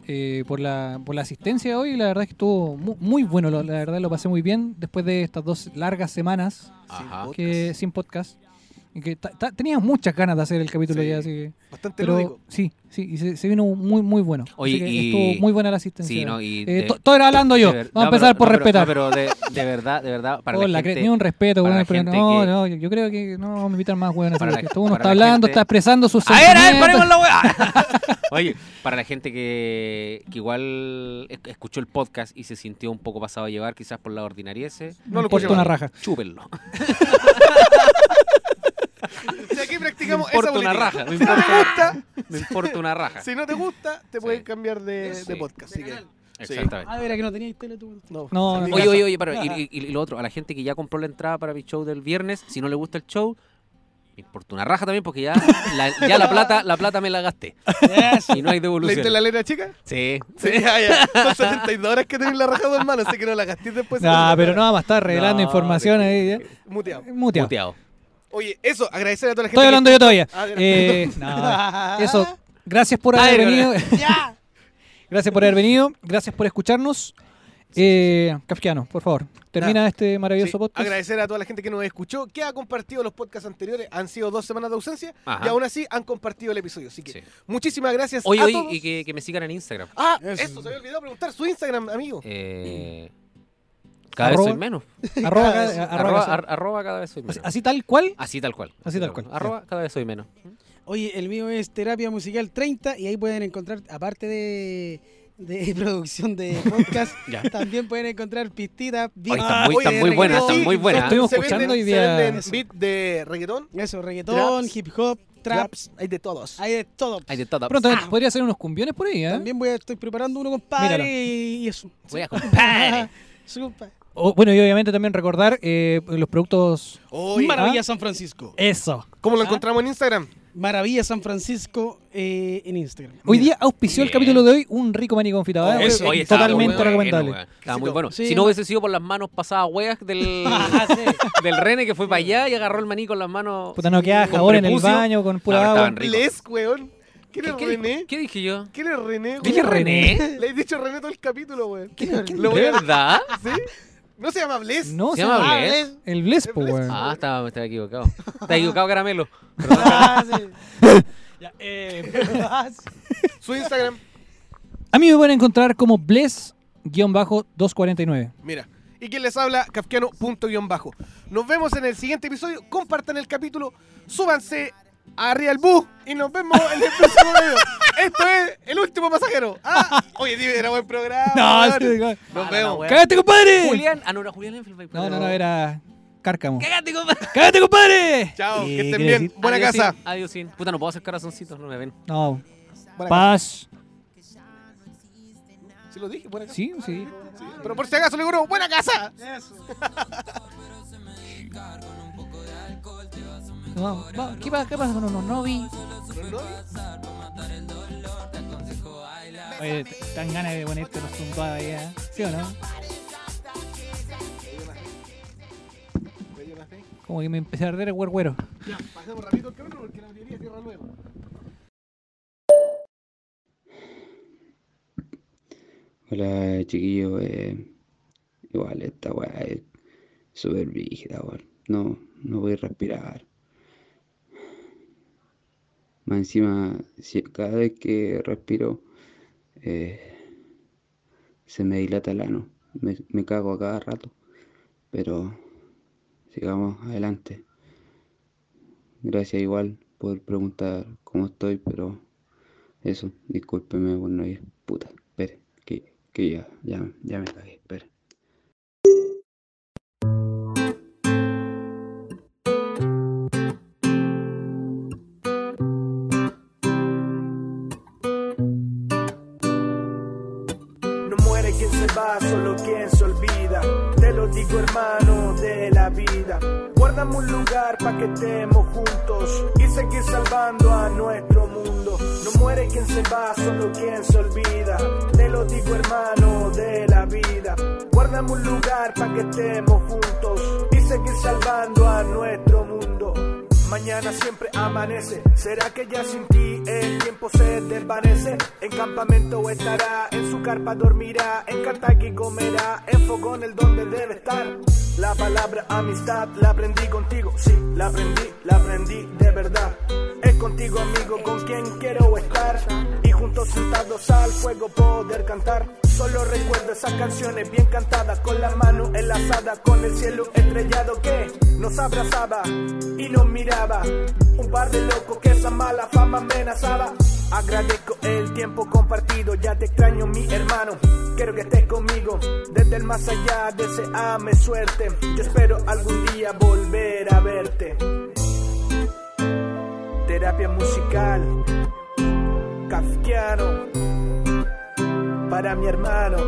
eh, por, la, por la asistencia hoy. La verdad es que estuvo mu- muy, bueno, lo- la verdad lo pasé muy bien después de estas dos largas semanas
Ajá.
que, sin podcast. Y que ta- ta- tenía muchas ganas de hacer el capítulo
Sí.
ya, así que.
Bastante
Pero
lúdico.
sí, sí, y se, se vino muy, muy bueno.
Oye,
Así que
y-
estuvo muy buena la asistencia.
Sí, no, y.
Eh,
de-
to- todo era hablando yo.
de ver-
Vamos a
no, pero-
empezar por
no, pero-
respetar.
no, pero de, de verdad, de verdad, para
Oh,
la
la
gente.
cre- ni un respeto,
para
weón,
la
pero
gente
no,
que-
no, yo yo creo que no vamos a invitar más weón.
Para la-
uno
para
está
la
hablando,
gente-
está expresando sus
¡A ver, a ver,
sentimientos.
paremos la weá! Oye, para la gente que, que igual esc- escuchó el podcast y se sintió un poco pasado a llevar, quizás por la ordinariese,
No
No lo escuché
importa una
mal.
raja.
chúpenlo.
Si aquí
Me
practicamos esa
importa una
política.
raja. Me
*laughs*
importa, me importa una raja.
Si no te gusta, te
Sí.
puedes cambiar de,
Sí.
de podcast. así que,
Exactamente.
Ah, verá que no tenía tele tú.
no.
No, no,
Oye, oye, oye, para, y, y- y lo otro, a la gente que ya compró la entrada para mi show del viernes, si no le gusta el show, me importa una raja también porque ya la, ya la plata la plata me la gasté. Y no hay
¿Leíste la
devolución.
letra chica?
Sí.
Sí, ya, ya. *laughs* Son 72 horas que tenés la raja de hermano, así que no la gastes después.
*laughs* Nah, pero no vamos a estar revelando
No,
información
de-
ahí. ¿eh? ¿ya?
Muteado.
Muteado.
Muteado.
Oye, eso, agradecer a toda la gente.
Estoy hablando yo todavía.
Ah, gracias.
Eh,
*laughs*
no,
Ah.
eso, gracias por haber
Ay,
venido. *laughs* gracias por haber venido. Gracias por escucharnos. Eh, Kafkiano, por favor, termina este
que-
maravilloso
sí,
podcast.
agradecer a toda la gente que nos escuchó, que ha compartido los podcasts anteriores. Han sido dos semanas de ausencia
Ajá.
y aún así han compartido el episodio. Así que
Sí.
muchísimas gracias
Oye,
a
oye,
todos.
y que, que me sigan en Instagram.
Ah,
Eso.
eso. se había olvidado preguntar su Instagram, amigo.
Eh, cada vez
Arroba-
soy menos.
Arroba, arroba-
Arroba, ar- Ah, arroba cada vez soy menos.
así tal cual.
Así tal cual.
Así tal cual.
Arroba cada vez soy menos.
*laughs* Oye, el mío es Terapia Musical 30 y ahí pueden encontrar, aparte de, de *laughs* producción de podcast,
*laughs* Ya.
también pueden encontrar pistitas,
Oye,
beats,
están muy, están
oye,
muy buenas,
reggaetón,
están muy buenas.
Estuvimos
Se
escuchando
venden-
hoy día-
Se venden
Eso.
beat de reggaetón,
eso, reggaetón,
Traps.
hip hop, traps,
traps, hay de todos.
hay de todo.
Hay de todo. Ah,
Pronto podría ser unos cumbiones por ahí, ¿eh?
También voy a, estoy preparando uno, compadre,
Míralo.
y eso.
Voy a
*laughs*
compadre.
Sí, compadre.
O- bueno, y obviamente también recordar eh, los productos.
¿Ah?
Oye,
Maravilla San Francisco.
Eso.
¿Cómo lo
¿Ah?
encontramos en Instagram?
Maravilla San Francisco eh, en Instagram.
Hoy día auspició el
Bien. Oh,
capítulo de hoy un rico maní confitado. ¿eh?
Eso, oye, estaba
Totalmente
muy bueno,
recomendable.
weón. Estaba muy bueno.
Sí,
si no
no.
hubiese sido por las manos pasadas hueas
*laughs*
del,
Ah,
del Rene que fue para allá y agarró el maní con las manos.
Puta, no queda
Con
jabón en el
prepucio.
baño con
No,
pura
pero
agua.
estaban Rico.
Les, weón. ¿Quién es
¿Qué, qué
René?
dije, qué dije yo?
¿Quién es René?
¿Dije
weón?
René?
*laughs* Le he dicho René todo el capítulo, weón.
¿De
Lo voy a- *laughs*
verdad?
¿Sí? ¿No se llama Bless?
No,
¿Se
se
llama
llama
Bless?
Bless. El Bless, po, weón.
*laughs* Ah, estaba, me estaba equivocado. Estaba equivocado, caramelo.
Ah, sí.
Su Instagram.
A mí me van a encontrar como Bless-249.
Mira. Y quien les habla, kafkiano punto guión bajo. Nos vemos en el siguiente episodio. Compartan el capítulo. Súbanse a Real Bus. Y nos vemos
*laughs*
en el próximo video. Esto es El Último Pasajero.
*laughs*
Ah, oye, tío, era buen
Ah,
programa.
No,
weón.
sí,
Nos vemos.
¡Cállate, compadre!
Julián. Ah, no, era Julián Enfield.
No, no, no, era. Cárcamo.
¡Cágate, compadre!
¡Cállate, compadre!
Chao,
Sí,
que estén
quiero
bien.
decir-
Buena
Adiós,
casa.
sí. Adiós, sí. Puta, no puedo hacer corazoncitos, no me ven.
No.
Buena
Paz.
Sí lo dije, buena casa.
Sí, sí.
Sí, Pero por si acaso le digo, buena casa.
No, va- ¿Qué pasa? ¿Qué pasa con unos novi? Oye, t- tan ganas de ponerte los zumbados ahí, ¿eh? ¿sí o no? Como que me empecé a arder el güero.
Pasemos rápido el camino porque la mayoría cierra luego.
Hola, chiquillo. eh, igual esta weá es súper rígida, weón. No, no voy a respirar. Más encima, si- cada vez que respiro, eh, se me dilata el ano. Me, me cago a cada rato. Pero sigamos adelante. Gracias igual por preguntar cómo estoy, pero eso, discúlpeme por no ir. Puta, espere, que, que ya, ya, ya me cagué, espere.
No muere quien se va, solo quien se olvida. Te lo digo, hermano, de la vida. Guardamos un lugar para que estemos juntos y seguir salvando a nuestro mundo. No muere quien se va, solo quien se olvida. Te lo digo, hermano, de la vida. Guardamos un lugar para que estemos juntos y seguir salvando a nuestro mundo. Mañana siempre amanece. ¿Será que ya sin ti el tiempo se desvanece? En campamento estará, en su carpa dormirá, en Kentucky comerá, en fogón el donde debe estar. La palabra amistad la aprendí contigo, sí, la aprendí, la aprendí de verdad. Es contigo amigo con quien quiero estar y juntos sentados al fuego poder cantar. Solo recuerdo esas canciones bien cantadas con la mano enlazada con el cielo estrellado que nos abrazaba y nos miraba. Un par de locos que esa mala fama amenazaba. Agradezco el tiempo compartido, ya te extraño mi hermano. Quiero que estés conmigo, desde el más allá deseame suerte. Yo espero algún día volver a verte. Terapia musical, kafkiano, para mi hermano.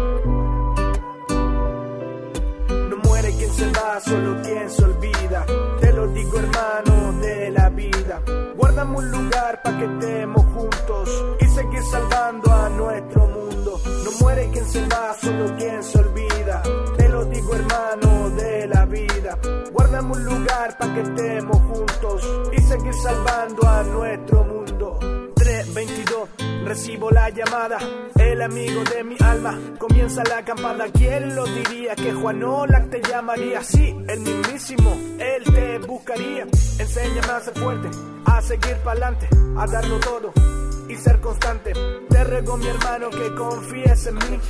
No muere quien se va, solo quien se olvida. Te lo digo, hermano, de la vida. Guardamos un lugar para que estemos juntos y seguir salvando a nuestro mundo. No muere quien se va, solo quien se olvida. Te lo digo, hermano, de la vida. Guardamos un lugar para que estemos juntos y seguir salvando a nuestro mundo. 322, recibo la llamada. El amigo de mi alma comienza la acampada. ¿Quién lo diría que Juan Olac te llamaría? Sí, el mismísimo, él te buscaría. Enséñame a ser fuerte, a seguir pa'lante, a darlo todo y ser constante. Te ruego, mi hermano, que confíes en mí,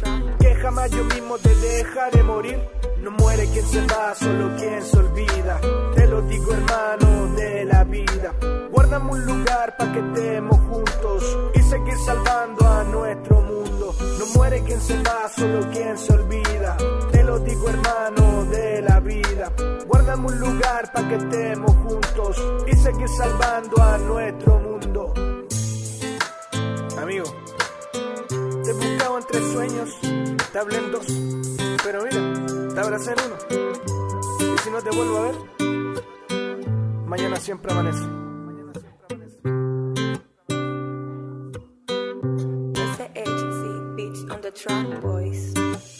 que jamás yo mismo te dejaré morir. No muere quien se va, solo quien se olvida. Te lo digo, hermano, de la vida. Guardamos un lugar para que estemos juntos y seguir salvando a nuestro mundo. No muere quien se va, solo quien se olvida. Te lo digo, hermano, de la vida. Guardamos un lugar para que estemos juntos y seguir salvando a nuestro mundo. Amigo, te he buscado entre sueños, te hablé en dos, pero mira, te abracé en uno. Y si no te vuelvo a ver, mañana siempre amanece.
Mr. HC, bitch on the track, boys.